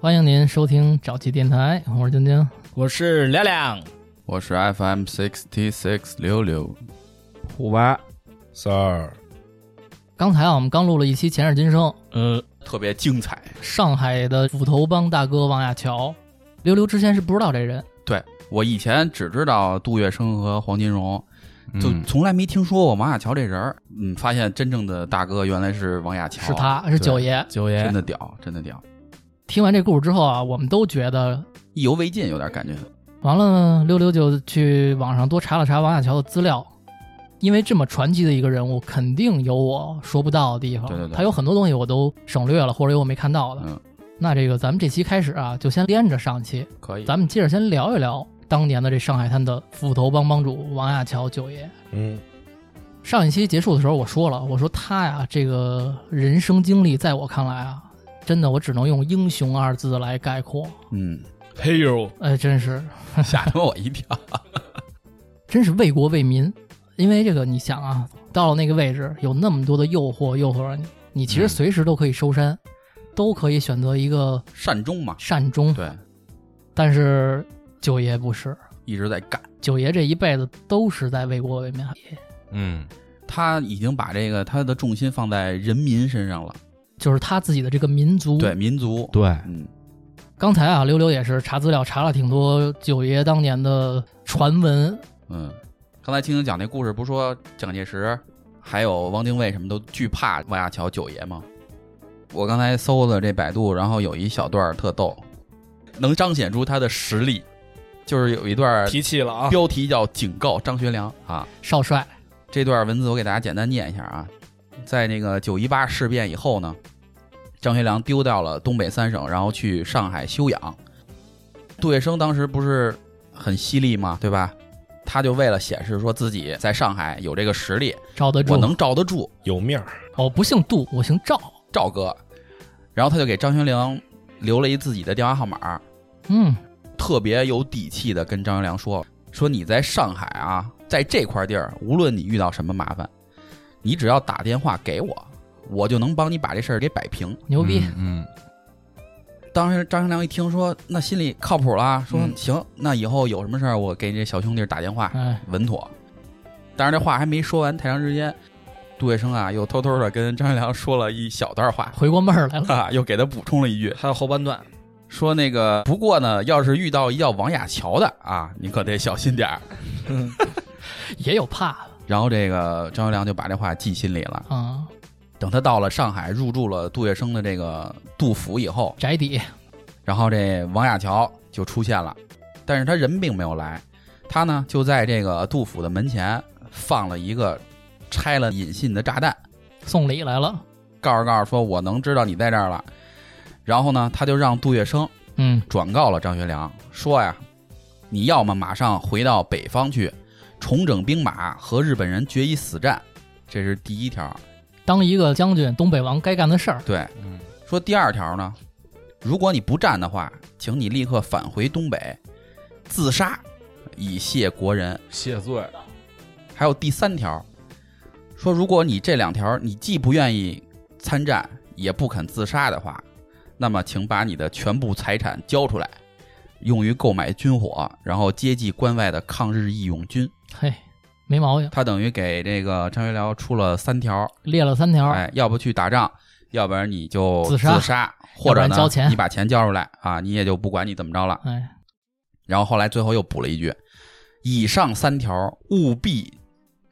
欢迎您收听早期电台，我是晶晶。我是亮亮，我是 FM sixty six 六六，虎娃，三儿，刚才啊，我们刚录了一期《前世今生呃，特别精彩。》，上海的斧头帮大哥王亚乔，溜溜之前是不知道这人，对我以前只知道杜月笙和黄金荣，就嗯从来没听说过王亚乔这人儿。嗯，发现真正的大哥原来是王亚乔，是，他哎是九爷。九爷真的屌，真的屌，听完这故事之后啊，我们都觉得意犹未尽，有点感觉。完了，溜溜就去网上多查了查王亚乔的资料，因为这么传奇的一个人物，肯定有我说不到的地方。对对对他有很多东西我都省略了，或者有我没看到的。嗯，那这个咱们这期开始啊，就先连着上期，可以。咱们接着先聊一聊当年的这上海滩的斧头帮帮主王亚乔九爷。嗯，上一期结束的时候，我说了，我说他呀，这个人生经历，在我看来啊，真的我只能用英雄二字来概括。嗯， hero 哎，真是，吓了我一跳。真是为国为民。因为这个，你想啊，到了那个位置，有那么多的诱惑诱惑着你，你其实嗯随时都可以收山，都可以选择一个善终嘛，善终。对，但是九爷不是，一直在干。九爷这一辈子都是在为国为民。啊嗯，他已经把这个他的重心放在人民身上了，就是他自己的这个民族。对民族，对，嗯，刚才啊，溜溜也是查资料查了挺多九爷当年的传闻，嗯，刚才听听讲那故事，不是说蒋介石还有汪精卫什么都惧怕万亚乔九爷吗？我刚才搜了这百度，然后有一小段儿特逗，能彰显出他的实力，就是有一段儿提气了啊！标题叫“警告张学良”啊，少帅这段文字我给大家简单念一下啊，在那个九一八事变以后呢，张学良丢掉了东北三省，然后去上海休养。杜月笙当时不是很犀利嘛，对吧？他就为了显示说自己在上海有这个实力，赵得我住。能罩得住有面儿，我哦不姓杜，我姓赵。赵哥，然后他就给张学良留了一自己的电话号码，嗯，特别有底气的跟张学良说：“说你在上海啊，在这块地儿，无论你遇到什么麻烦，你只要打电话给我，我就能帮你把这事儿给摆平。牛逼。嗯，当时张学良一听说，那心里靠谱啦，说、嗯行，那以后有什么事儿我给这小兄弟打电话，哎，稳妥。但是这话还没说完，太长时间，杜月笙啊又偷偷的跟张学良说了一小段话， 回过味儿来了。 啊，又给他补充了一句，还有后半段，说那个不过呢，要是遇到一叫王亚乔的啊，你可得小心点儿。也有怕的然后这个张学良就把这话记心里了。啊、等他到了上海，入住了杜月笙的这个杜府以后，宅邸然后这王亚乔就出现了，但是他人并没有来，他呢就在这个杜甫的门前放了一个拆了引信的炸弹，送礼来了。告诉告诉说我能知道你在这儿了。然后呢，他就让杜月笙嗯，转告了张学良，说呀，你要么马上回到北方去，重整兵马，和日本人决一死战，这是第一条。当一个将军，东北王该干的事儿。对，嗯，说第二条呢，如果你不战的话，请你立刻返回东北，自杀，以谢国人。谢罪，还有第三条，说如果你这两条你既不愿意参战，也不肯自杀的话，那么请把你的全部财产交出来，用于购买军火，然后接济关外的抗日义勇军。嘿，没毛病，他等于给这个张学良出了三条，列了三条。哎，要不去打仗，要不然你就自杀或要者不然呢交钱你把钱交出来啊，你也就不管你怎么着了。哎，然后后来最后又补了一句：“以上三条务必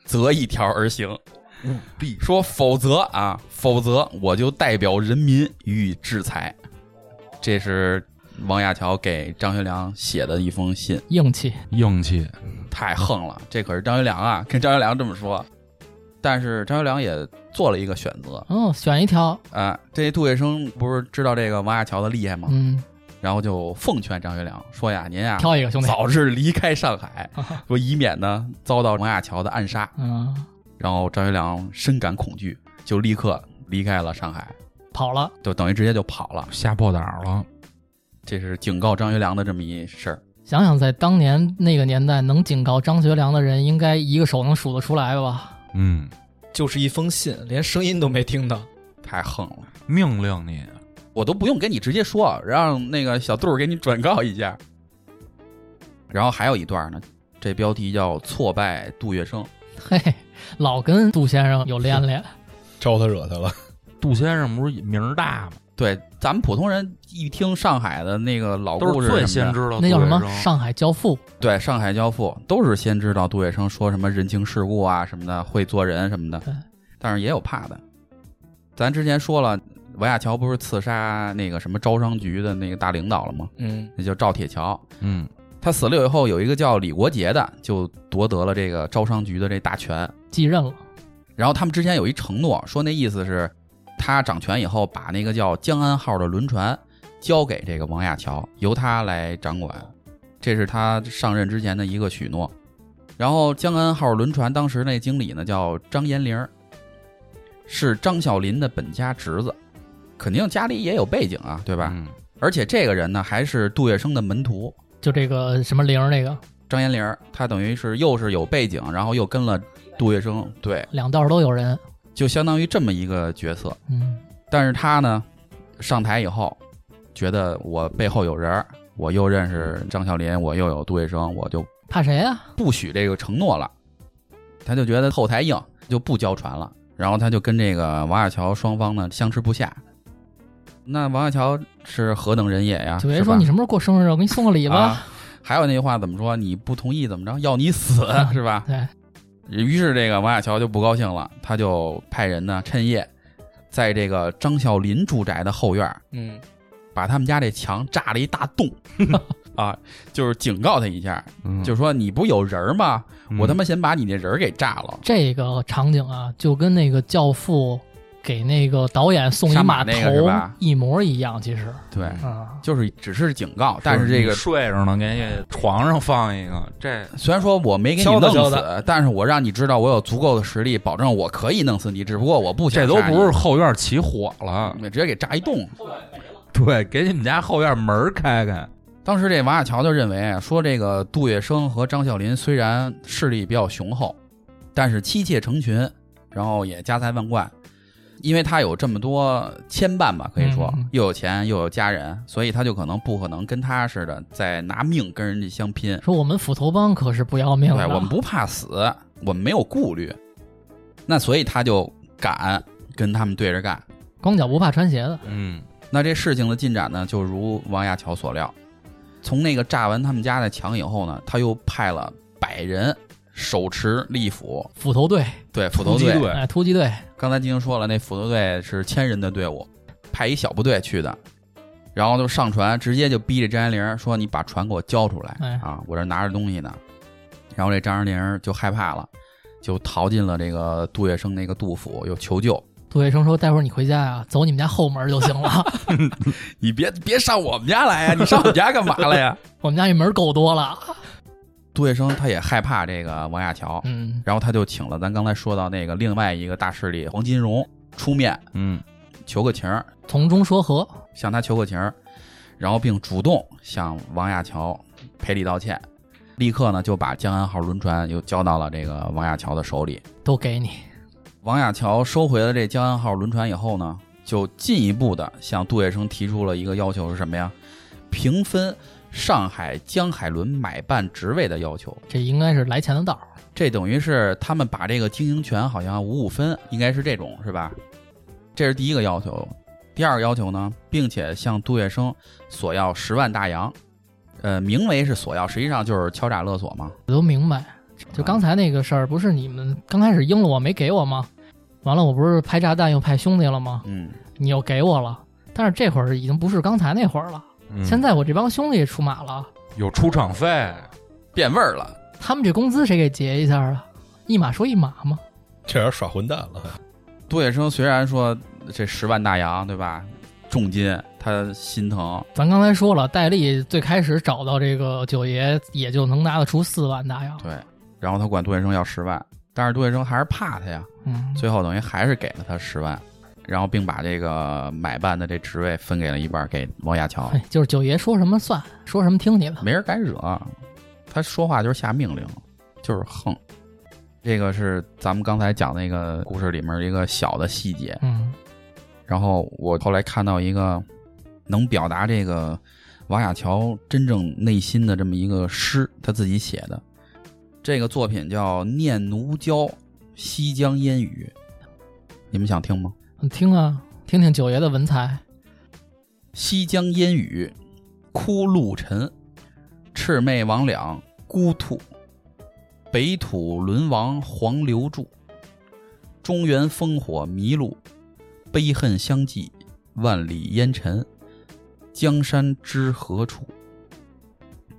择一条而行，务必说否则啊，否则我就代表人民予以制裁。”这是王亚乔给张学良写的一封信，硬气。硬气，太横了，这可是张学良啊，跟张学良这么说。但是张学良也做了一个选择，嗯，选一条。啊，这杜月笙不是知道这个王亚乔的厉害吗？嗯，然后就奉劝张学良说呀：“您呀，挑一个，兄弟。早日离开上海，说以免呢遭到王亚乔的暗杀。 嗯，”然后张学良深感恐惧，就立刻离开了上海，跑了。就等于直接就跑了。吓破胆儿了，这是警告张学良的这么一事儿。想想在当年那个年代，能警告张学良的人，应该一个手能数得出来吧？嗯，就是一封信，连声音都没听到。太横了！命令你，我都不用跟你直接说，让那个小杜儿给你转告一下。然后还有一段呢，这标题叫“挫败杜月笙 嘿，老跟杜先生有连连，招他惹他了，杜先生不是名儿大吗？”。对，咱们普通人一听上海的那个老都故是事最什么先的知道那叫什么杜月笙？上海教父，对上海教父，都是先知道杜月笙说什么人情世故啊什么的，会做人什么的对，但是也有怕的。咱之前说了，王亚樵不是刺杀那个什么招商局的那个大领导了吗？嗯，那叫赵铁桥。嗯，他死了以后，有一个叫李国杰的就夺得了这个招商局的这大权。继任了。然后他们之前有一承诺，说那意思是，他掌权以后，把那个叫江安号的轮船交给这个王亚樵，由他来掌管，这是他上任之前的一个许诺。然后江安号轮船当时那经理呢叫张延龄，是张啸林的本家侄子，肯定家里也有背景啊，对对吧？？而且这个人呢还是杜月笙的门徒，就这个什么玲儿那个，张延龄儿，他等于是又是有背景，然后又跟了杜月笙，对，两道都有人。就相当于这么一个角色。嗯，但是他呢，上台以后，觉得我背后有人儿，我又认识张啸林，我又有杜月笙，我就怕谁啊呀、不许这个承诺了。他就觉得后台硬，就不交船了。然后他就跟这个王亚樵双方呢相持不下。那王亚樵是何等人也呀？九爷啊是说吧你什么时候过生日，我给你送个礼吧。啊还有那句话怎么说？你不同意怎么着？要你死 是吧？对，于是这个王亚樵就不高兴了，他就派人呢趁夜，在这个张啸林住宅的后院儿，嗯，把他们家这墙炸了一大 洞，啊，就是警告他一下，嗯就说你不有人儿吗？我他妈妈先把你那人儿给炸了。这个场景啊，就跟那个教父给那个导演送一杀马马头那个是吧一模一样，其嗯实对，啊，就是只是警告，但是这个睡着呢，给你床上放一个，这虽然说我没给你敲打弄敲死，但是我让你知道我有足够的实力，保证我可以弄死你。只不过我不想这都杀你不是后院起火了，直接给炸一洞。对，给你们家后院门儿开开，当时这王亚樵就认为啊，说这个杜月笙和张啸林虽然势力比较雄厚，但是妻妾成群，然后也家财万贯，因为他有这么多牵绊吧，可以说、嗯嗯又有钱又有家人，所以他就可能不可能跟他似的在拿命跟人家相拼。说我们斧头帮可是不要命对的，我们不怕死，我们没有顾虑，那所以他就敢跟他们对着干。光脚不怕穿鞋的。嗯，那这事情的进展呢，就如王亚樵所料，从那个炸完他们家的墙以后呢，他又派了百人手持利斧，斧头队，对斧头突击队。队哎，突击队，刚才金英说了，那斧头队是千人的队伍，派一小部队去的，然后就上船，直接就逼着张爱玲说：“你把船给我交出来哎啊，我这拿着东西呢。”然后这张爱玲就害怕了，就逃进了这个杜月笙那个杜府，又求救。杜月笙说：“待会儿你回家呀、走你们家后门就行了。 你别别上我们家来呀！你上我们家干嘛了呀？我们家这门够多了。杜月笙他也害怕这个王亚樵，嗯，然后他就请了咱刚才说到那个另外一个大势力黄金荣出面嗯，求个情儿，从中说和。向他求个情儿，然后并主动向王亚樵赔礼道歉，立刻呢就把江安号轮船又交到了这个王亚樵的手里。都给你，王亚樵收回了这江安号轮船以后呢，就进一步的向杜月笙提出了一个要求是什么呀？平分上海江海轮买办职位的要求。这应该是来钱的道儿。这等于是他们把这个经营权好像五五分，应该是这种是吧？这是第一个要求。第二个要求呢，并且向杜月笙索要十万大洋，呃，名为是索要，实际上就是敲诈勒索嘛。我都明白。啊就刚才那个事儿，不是你们刚开始应了我没给我吗？完了，我不是派炸弹又派兄弟了吗？嗯，你又给我了，但是这会儿已经不是刚才那会儿了。嗯现在我这帮兄弟也出马了，有出场费，变味儿了。他们这工资谁给结一下啊？一码说一码嘛。这人耍混蛋了，杜月笙虽然说这十万大洋对吧，重金，他心疼，咱刚才说了，戴笠最开始找到这个九爷，也就能拿得出四万大洋。对，然后他管杜月笙要十万，但是杜月笙还是怕他呀，嗯，最后等于还是给了他十万，然后并把这个买办的这职位分给了一半儿给王亚樵，哎就是九爷说什么算，说什么听你的。没人敢惹，他说话就是下命令，就是横。这个是咱们刚才讲那个故事里面一个小的细节。嗯，然后我后来看到一个能表达这个王亚乔真正内心的这么一个诗，他自己写的。这个作品叫《念奴娇·西江烟雨》，你们想听吗？你听啊，听听九爷的文采，西江烟雨，枯露沉，魑魅魍魉孤兔，北土沦亡黄流住，中原烽火迷路，悲恨相继，万里烟尘，江山知何处？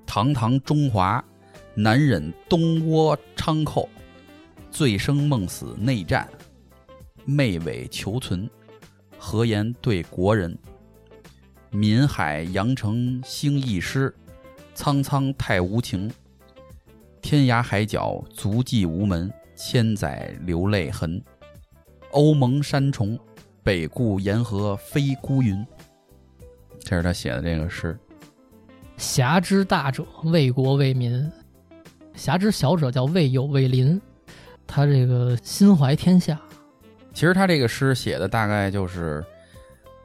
堂堂中华，难忍东窝昌寇，醉生梦死内战，媚伪求存，何言对国人？民海扬城兴义师，苍苍太无情。天涯海角足迹无门，千载流泪痕。欧盟山重，北固沿河飞孤云。这是他写的这个诗。侠之大者，为国为民；侠之小者，叫为友为邻。他这个心怀天下，其实他这个诗写的大概就是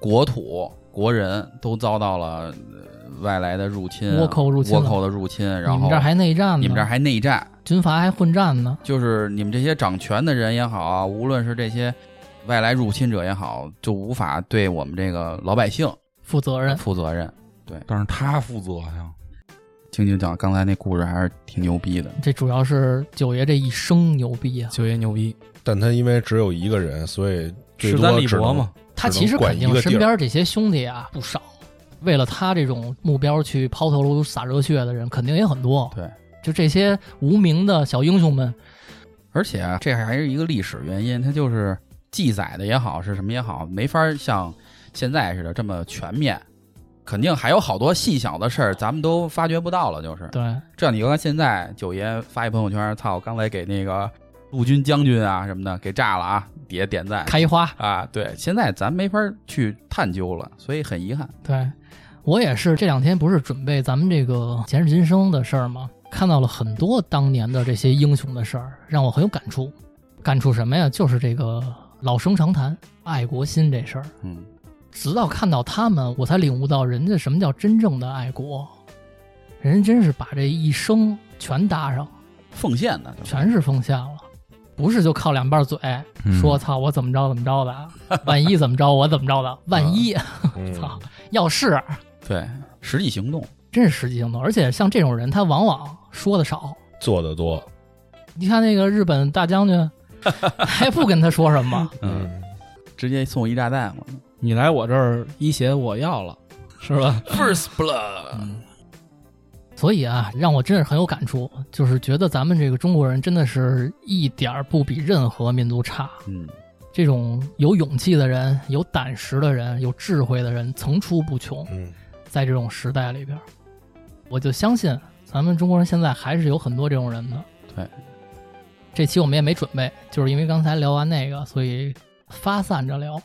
国土国人都遭到了呃外来的入侵，倭寇入侵了倭寇的入侵，然后你们这儿还内战呢，你们这儿还内战，军阀还混战呢，就是你们这些掌权的人也好啊，无论是这些外来入侵者也好，就无法对我们这个老百姓负责任。负责任。但是他负责呀，听听讲刚才那故事还是挺牛逼的，这主要是九爷这一生牛逼啊！九爷牛逼，但他因为只有一个人，所以最势多单力只能薄嘛。他其实肯定身边这些兄弟啊不少，为了他这种目标去抛头颅洒热血的人肯定也很多。对，就这些无名的小英雄们，而且啊，这还是一个历史原因，它就是记载的也好，是什么也好，没法像现在似的这么全面，肯定还有好多细小的事儿，咱们都发掘不到了。就是对，这，你看现在九爷发一朋友圈，操，刚才给那个陆军将军啊什么的给炸了啊，底下点赞，开花。啊，对，现在咱没法去探究了，所以很遗憾。对我也是这两天不是准备咱们这个前世今生的事儿吗？看到了很多当年的这些英雄的事儿，让我很有感触。感触什么呀？就是这个老生常谈爱国心这事儿。嗯，直到看到他们，我才领悟到人家什么叫真正的爱国，人家真是把这一生全搭上，奉献呢，全是奉献了，不是就靠两瓣嘴嗯说“操我怎么着怎么着的”，万一怎么着我怎么着的，万一嗯操要是对实际行动。真是实际行动。而且像这种人，他往往说的少。做的多。你看那个日本大将军，还不跟他说什么，嗯，，直接送一炸弹嘛。你来我这儿一血我要了，是吧？ First blood，所以啊，让我真是很有感触，就是觉得咱们这个中国人真的是一点儿不比任何民族差。嗯，这种有勇气的人、有胆识的人、有智慧的人层出不穷，嗯，在这种时代里边儿，我就相信咱们中国人现在还是有很多这种人的。对，这期我们也没准备，就是因为刚才聊完那个，所以发散着聊。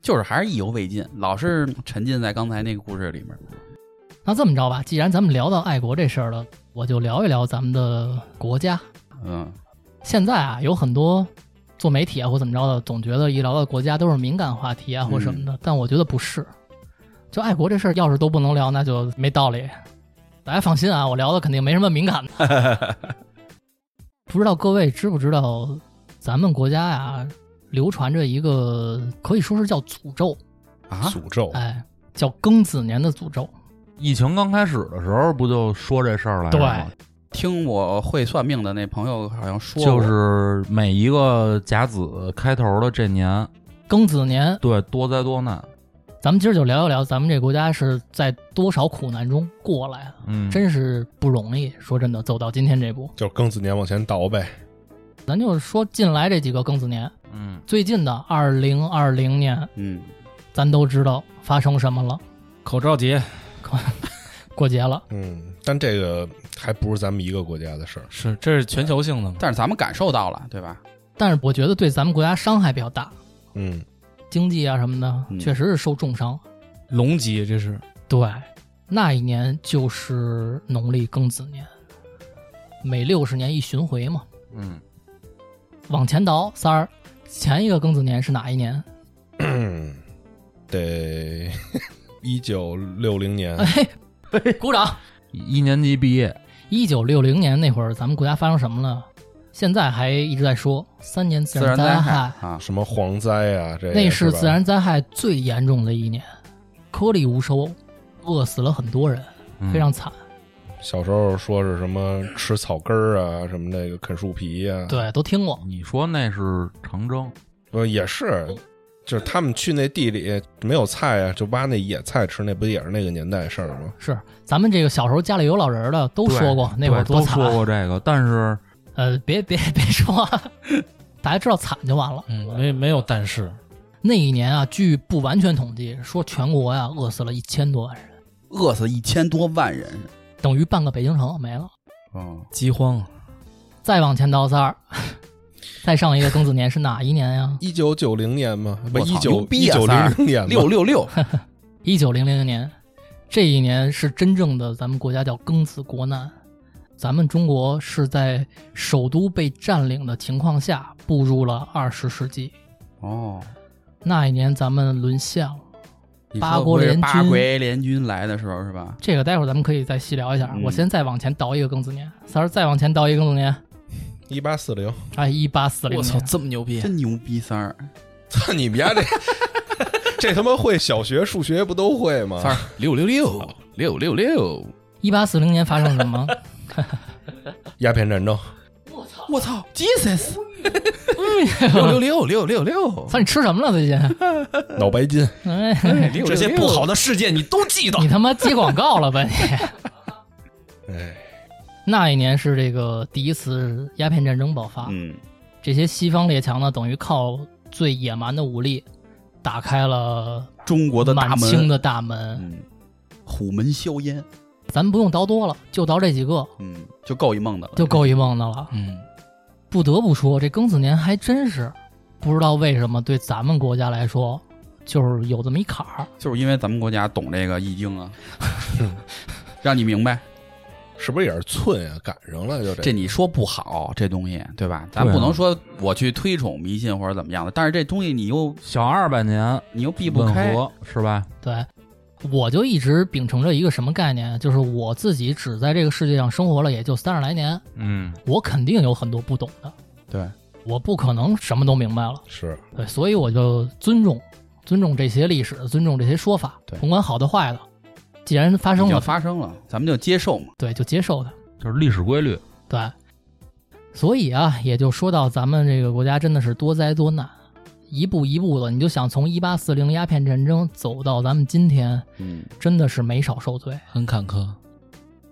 就是还是意犹未尽，老是沉浸在刚才那个故事里面。那这么着吧，既然咱们聊到爱国这事儿了，我就聊一聊咱们的国家。嗯，现在啊，有很多做媒体啊或怎么着的，总觉得一聊到国家都是敏感话题啊或什么的，但我觉得不是。就爱国这事儿，要是都不能聊，那就没道理。大家放心啊，我聊的肯定没什么敏感的。不知道各位知不知道，咱们国家呀、流传着一个可以说是叫诅咒，啊，诅咒，哎，叫庚子年的诅咒。疫情刚开始的时候不就说这事儿来着吗？听我会算命的那朋友好像说过，就是每一个甲子开头的这年，庚子年，对多灾多难，咱们今儿就聊一聊，咱们这国家是在多少苦难中过来的。嗯，真是不容易。说真的，走到今天这步，就是庚子年往前倒呗。咱就说近来这几个庚子年，嗯，最近的二零二零年，嗯，咱都知道发生什么了，口罩节，过节了。嗯，但这个还不是咱们一个国家的事儿。是这是全球性的嘛？但是咱们感受到了，对吧？但是我觉得对咱们国家伤害比较大，嗯，经济啊什么的，嗯确实是受重伤。龙级这是对，那一年就是农历庚子年，每六十年一巡回嘛。嗯，往前倒三儿，嗯前一个庚子年是哪一年？得 一九六零 年，哎，鼓掌！一年级毕业，一九六零年那会儿，咱们国家发生什么了？现在还一直在说三年自自然灾灾害啊，什么蝗灾啊，这个那是是吧自然灾害最严重的一年，颗粒无收，饿死了很多人，嗯非常惨。小时候说是什么吃草根儿啊，什么那个啃树皮呀、啊，对，都听过。你说那是长征，呃，也是，就是他们去那地里没有菜啊，就挖那野菜吃，那不也是那个年代事儿吗？是咱们这个小时候家里有老人的都说过对那会儿对都多惨啊说。过这个，但是呃，别别 别说，大家知道惨就完了。嗯，没没有但是，那一年啊，据不完全统计，说全国呀、饿死了一千多万人，饿死一千多万人。等于半个北京城没了。嗯，饥荒，啊再往前倒三儿， 再上一个庚子年是哪一年呀？一九九零年吗？不，我操一牛九一逼啊九三儿零零年吧六六六，一九零零年，这一年是真正的咱们国家叫庚子国难。咱们中国是在首都被占领的情况下步入了二十世纪。 哦，那一年咱们沦陷了，你八说国不是联军八国联军来的时候是吧？这个待会儿咱们可以再细聊一下。嗯我先再往前倒一个庚子年，三儿再往前倒一个庚子年，一八四零，哎，一八四零我操，年，这么牛逼！真牛逼，三儿， 操你们家这这他妈会小学数学不都会吗？三儿六六六六六六，一八四零年发生了什么？ 鸦片战争，我操，Jesus，六六六六六六，三儿，你吃什么了最近？脑白金，哎，六这些六不六好的事件你都记得你，他妈接广告了吧你？哎，那一年是这个第一次鸦片战争爆发，嗯，这些西方列强呢，等于靠最野蛮的武力打开了中国的大满清门，的大门。嗯，虎门硝烟，咱不用叨多了，就叨这几个嗯，就够一梦的了，就够一梦的了。嗯，不得不说，这庚子年还真是不知道为什么对咱们国家来说，就是有这么一坎儿。就是因为咱们国家懂这个易经 啊，让你明白，是不是也是寸啊？赶上了就这你说不好这东西，对吧？咱对啊不能说我去推崇迷信或者怎么样的，但是这东西你又小二百年你又避不吻开，合是吧？对，我就一直秉承着一个什么概念，就是我自己只在这个世界上生活了也就三十来年，嗯，我肯定有很多不懂的，对，我不可能什么都明白了。是对，所以我就尊重尊重这些历史，尊重这些说法，对甭管好的坏的，既然发生已经了，发生了，咱们就接受嘛。对，就接受它。就是历史规律，对，所以啊，也就说到咱们这个国家真的是多灾多难，一步一步的，你就想从一八四零鸦片战争走到咱们今天，嗯，真的是没少受罪。很坎坷。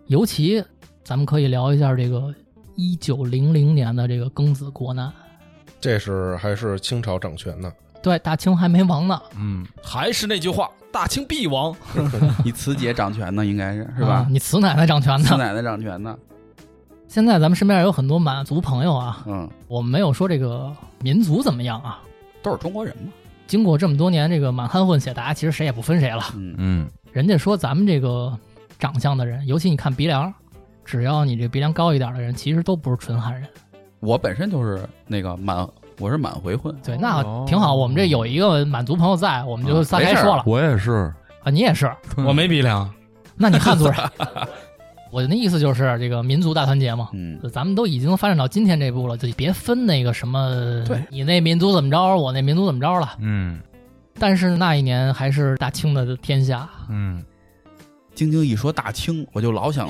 尤其咱们可以聊一下这个一九零零年的这个庚子国难，这是还是清朝掌权呢？对，大清还没亡呢，嗯，还是那句话，大清必亡。你慈姐掌权呢，应该是是啊吧？你此奶奶掌权慈呢。奶奶掌权呢，现在咱们身边有很多满族朋友啊，嗯，我们没有说这个民族怎么样啊。 都是中国人嘛，经过这么多年这个满汉混血，大家其实谁也不分谁了。嗯，嗯，人家说咱们这个长相的人，尤其你看鼻梁，只要你这鼻梁高一点的人，其实都不是纯汉人。我本身就是那个满，我是满回混，对，哦那挺好。我们这有一个满族朋友在，我们就撒开说了我也是，啊。你也是， 我没鼻梁，那你汉族人。我那意思就是这个民族大团结嘛。嗯，咱们都已经发展到今天这步了，就别分那个什么，对你那民族怎么着，我那民族怎么着了。嗯但是那一年还是大清的天下，嗯，晶晶一说大清，我就老想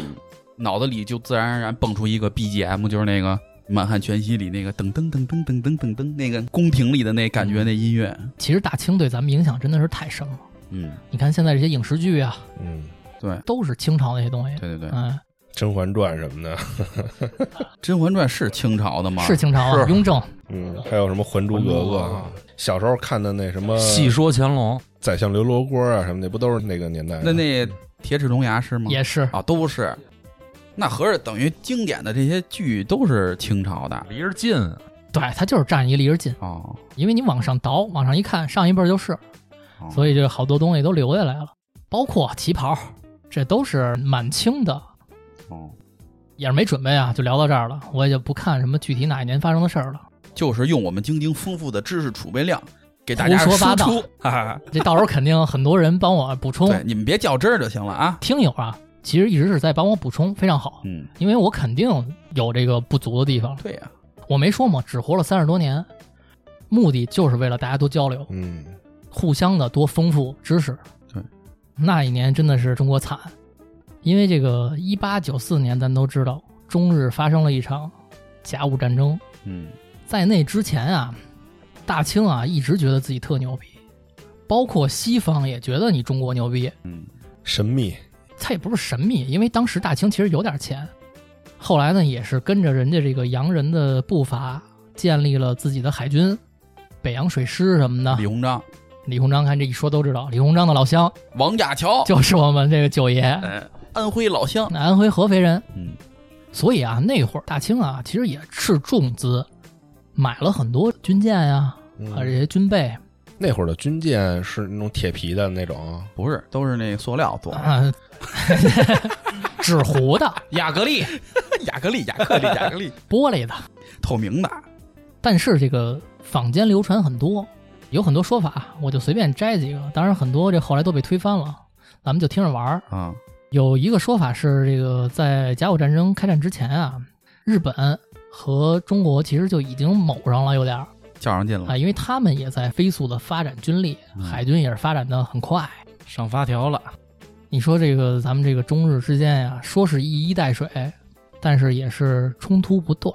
脑子里就自然而然蹦出一个 BGM，就是那个《满汉全席》里那个噔噔噔噔噔噔噔噔那个宫廷里的那感觉那音乐，其实大清对咱们影响真的是太深了。嗯，你看现在这些影视剧啊，嗯，对都是清朝那些东西。对对对，《嗯， 《甄嬛传》什么的，甄嬛传》是清朝的吗？是清朝啊，雍正。嗯，还有什么《还珠格格》啊，小时候看的那什呃么戏《说乾隆，宰相刘罗锅》啊什么的，不都是那个年代那的？那铁齿铜牙是吗？也是，啊，都是。那合着等于经典的这些剧都是清朝的离着近，对他就是占一离着近，哦，因为你往上倒，往上一看，上一辈儿就是，哦所以就好多东西都留下来了，包括旗袍，这都是满清的，哦，也是没准备啊，就聊到这儿了，我也就不看什么具体哪一年发生的事儿了。就是用我们京津丰富的知识储备量给大家胡说八输道哦出啊！这到时候肯定很多人帮我补充。对，你们别较真儿就行了啊。听友啊，其实一直是在帮我补充，非常好，嗯，因为我肯定有这个不足的地方。对呀、我没说嘛，只活了三十多年，目的就是为了大家多交流，嗯，互相的多丰富知识。对，那一年真的是中国惨，因为这个一八九四年，咱都知道中日发生了一场甲午战争。嗯，在那之前啊，大清啊一直觉得自己特牛逼，包括西方也觉得你中国牛逼。嗯神秘，它也不是神秘，因为当时大清其实有点钱，后来呢也是跟着人家这个洋人的步伐，建立了自己的海军，北洋水师什么的。李鸿章、李鸿章看这一说都知道，李鸿章的老乡王亚樵，就是我们这个九爷，哦哎，安徽老乡，那安徽合肥人。嗯所以啊，那会儿大清啊，其实也斥重资买了很多军舰呀、嗯啊，这些军备那会儿的军舰是那种铁皮的那种，不是，都是那塑料做的。啊， 纸糊的、雅格利， 雅格利，雅 克利，雅格利，玻璃的，透明的。但是这个坊间流传很多，有很多说法，我就随便摘几个。当然，很多这后来都被推翻了，咱们就听着玩儿。啊，有一个说法是，这个在甲午战争开战之前啊，日本和中国其实就已经卯上了，有点儿较上劲了嗯啊，。因为他们也在飞速的发展军力，海军也是发展的很快。上发条了，你说这个咱们这个中日之间呀、说是一衣带水，但是也是冲突不断。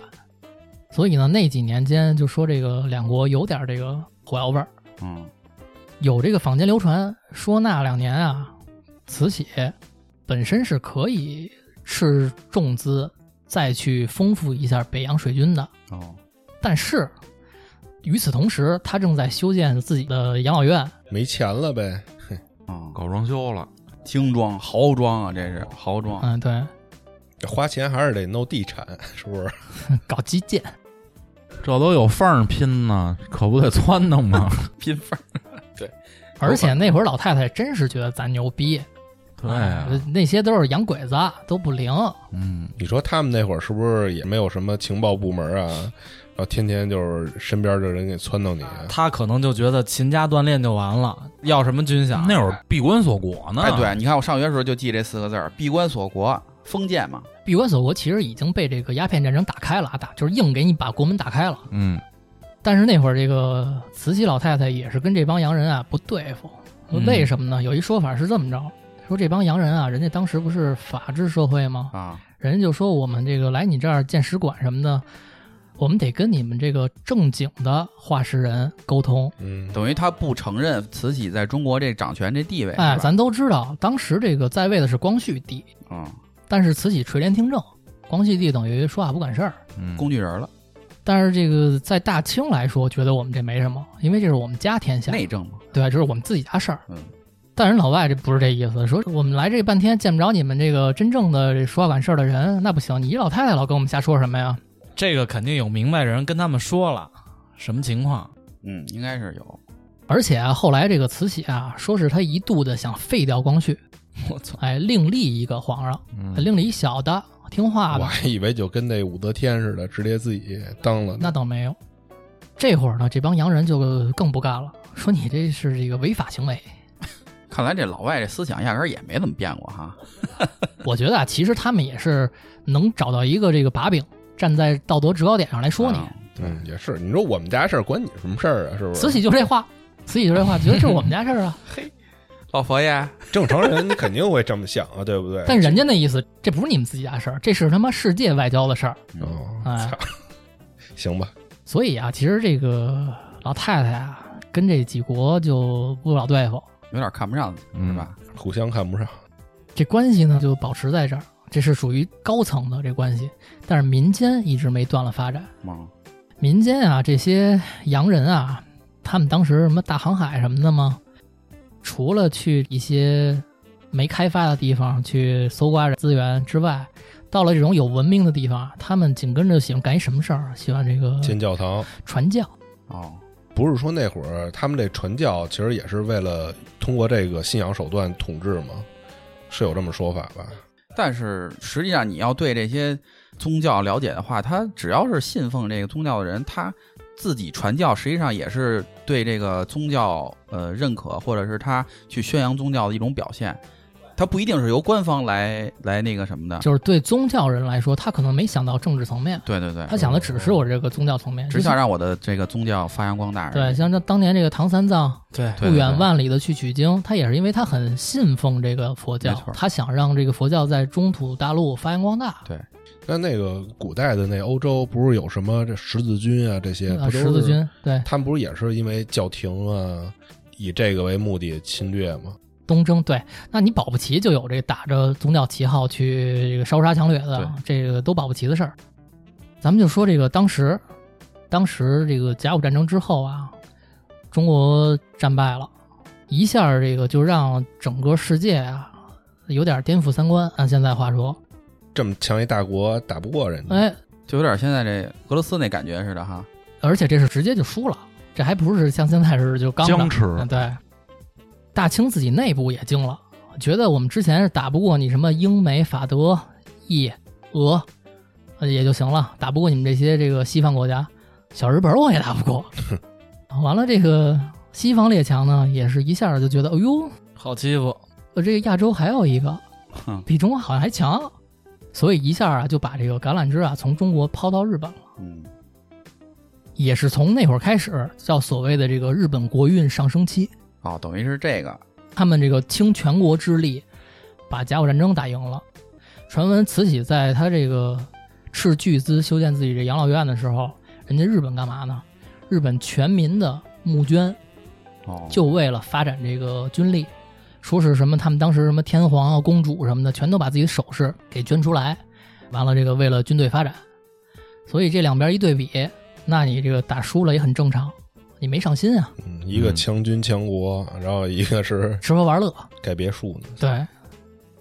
所以呢，那几年间就说这个两国有点这个火药味儿，嗯有这个坊间流传说那两年啊，慈禧本身是可以斥重资再去丰富一下北洋水军的，哦，但是与此同时，她正在修建自己的养老院，没钱了呗。啊，搞装修了，精装豪装啊，这是豪装。嗯，对，花钱还是得弄地产，是不是？搞基建。这都有缝儿拼呢，可不得 撺弄吗？拼缝而且那会儿老太太真是觉得咱牛逼，对哎啊，那些都是洋鬼子，都不灵。嗯，你说他们那会儿是不是也没有什么情报部门啊？然后天天就是身边的人给撺掇你，啊他可能就觉得勤加锻炼就完了，要什么军饷？啊那会儿闭关锁国呢，哎，对，你看我上学的时候就记这四个字儿：闭关锁国，封建嘛。闭关锁国其实已经被这个鸦片战争打开了啊，打就是硬给你把国门打开了。嗯，但是那会儿这个慈禧老太太也是跟这帮洋人啊不对付，嗯为什么呢？有一说法是这么着，说这帮洋人啊，人家当时不是法治社会吗？啊，人家就说我们这个来你这儿建使馆什么的，我们得跟你们这个正经的话事人沟通。嗯，等于他不承认慈禧在中国这掌权这地位。哎，是吧咱都知道，当时这个在位的是光绪帝，嗯，但是慈禧垂帘听政，光绪帝等于说话不管事儿。嗯工具人了，但是这个在大清来说，觉得我们这没什么，因为这是我们家天下，内政嘛。对，这是我们自己家事儿。嗯但人老外这不是这意思，说我们来这半天见不着你们这个真正的这说话管事儿的人，那不行，你一老太太老跟我们瞎说什么呀？这个肯定有明白人跟他们说了什么情况，嗯，应该是有。 而且啊，后来这个慈禧啊，说是她一度的想废掉光绪，我操，哎，另立一个皇上，哎嗯另立一小的听话我的，还以为就跟那武则天似的，直接自己当了呢。那倒没有。这会儿呢，这帮洋人就更不干了，说你这是这个违法行为。 看来这老外这思想压根儿也没怎么变过哈。我觉得啊，其实他们也是能找到一个这个把柄，站在道德制高点上来说你。啊嗯，也是。你说我们家事儿关你什么事儿啊？是不慈是？禧就这话，慈禧就这话，觉得这是我们家事儿啊。老佛爷， 正常人你肯定会这么想啊，对不对？但人家那意思，这不是你们自己家事儿，这是他妈世界外交的事儿。嗯哦， 哎操，行吧，所以啊，其实这个老太太啊，跟这几国就不老对付，有点看不上嗯是吧？互相看不上。这关系呢就保持在这儿，这是属于高层的这关系，但是民间一直没断了发展。嗯，民间啊，这些洋人啊，他们当时什么大航海什么的嘛，除了去一些啊没开发的地方去搜刮资源之外，到了这种有文明的地方啊，他们紧跟着喜欢干一什么事儿？喜欢这个进教嗯堂，传教。哦，不是说那会儿他们这传教其实也是为了通过这个信仰手段统治吗？是有这么说法吧？但是实际上，你要对这些宗教了解的话，他只要是信奉这个宗教的人，他自己传教，实际上也是对这个宗教呃认可，或者是他去宣扬宗教的一种表现。它不一定是由官方来来那个什么的，就是对宗教人来说，他可能没想到政治层面，对对对，他想的只是我这个宗教层面。哎嗯只就像想让我的这个宗教发扬光大而已。对，像这当年这个唐三藏对不对对远万里的去取经，他也是因为他很信奉这个佛教没错，他想让这个佛教在中土大陆发扬光大。那那个古代的那欧洲不是有什么这十字军啊这些？啊不都十字是，军对他们不是也是因为教廷啊，以这个为目的侵略吗？东征对，那你保不齐就有这打着宗教旗号去这个烧杀抢掠的，这个都保不齐的事儿。咱们就说这个当时，当时这个甲午战争之后啊，中国战败了，一下儿这个就让整个世界啊有点颠覆三观。按现在话嗯说，这么强一大国打不过人家，哎，就有点现在这俄罗斯那感觉似的哈。而且这是直接就输了，这还不是像现在是就刚的僵持嗯对，大清自己内部也惊了，觉得我们之前是打不过你什么英美法德意俄，呃也就行了，打不过你们这些这个西方国家，小日本我也打不 过。完了，这个西方列强呢，也是一下就觉得，哎呦，好欺负，呃这个亚洲还有一个哼比中国好像还强，所以一下啊就把这个橄榄枝啊从中国抛到日本了。嗯，也是从那会儿开始，叫所谓的这个日本国运上升期。哦，等于是这个，他们这个倾全国之力，把甲午战争打赢了。传闻慈禧在他这个斥巨资修建自己这养老院的时候，人家日本干嘛呢？日本全民的募捐，哦，就为了发展这个军力，说是什么他们当时什么天皇啊、公主什么的，全都把自己的首饰给捐出来，完了这个为了军队发展，所以这两边一对比，那你这个打输了也很正常，你没上心啊，嗯一个强军强国，然后一个是吃喝玩乐，盖别墅呢。对。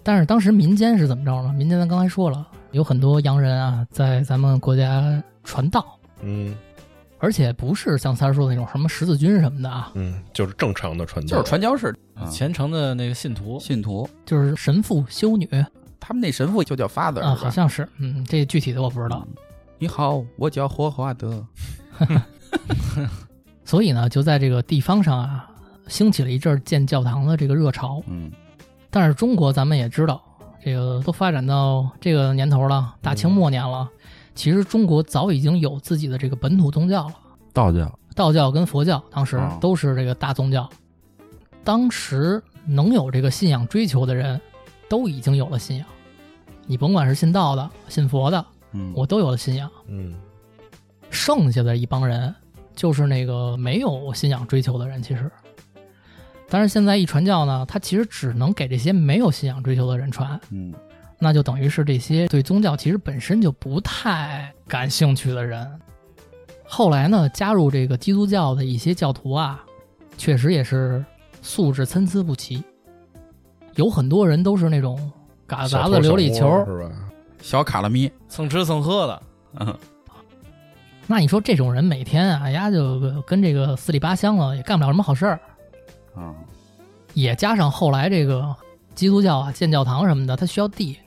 但是当时民间是怎么着呢？民间咱刚才说了，有很多洋人啊，在咱们国家传道，嗯而且不是像三儿说的那种什么十字军什么的啊，嗯，就是正常的传就教，是传教士、啊虔诚的那个信徒，信徒，就是神父、修女他们那神父就叫 father，啊，是吧好像是，嗯，这具体的我不知道。你好，我叫霍华德。所以呢，就在这个地方上啊，兴起了一阵儿建教堂的这个热潮。嗯，但是中国咱们也知道，这个都发展到这个年头了，大清末年了，其实中国早已经有自己的这个本土宗教了，道教道教跟佛教当时哦都是这个大宗教。当时能有这个信仰追求的人，都已经有了信仰。你甭管是信道的、信佛的，嗯，我都有了信仰。嗯，剩下的一帮人就是那个没有信仰追求的人，其实。但是现在一传教呢，它其实只能给这些没有信仰追求的人传，嗯，那就等于是这些对宗教其实本身就不太感兴趣的人。后来呢，加入这个基督教的一些教徒啊，确实也是素质参差不齐，有很多人都是那种嘎杂小偷子小啊琉璃球，摸是吧？小卡拉咪，蹭吃蹭喝的，嗯，那你说这种人每天啊，丫就跟这个四里八乡了，也干不了什么好事儿。啊，也加上后来这个基督教啊建教堂什么的，它需要地，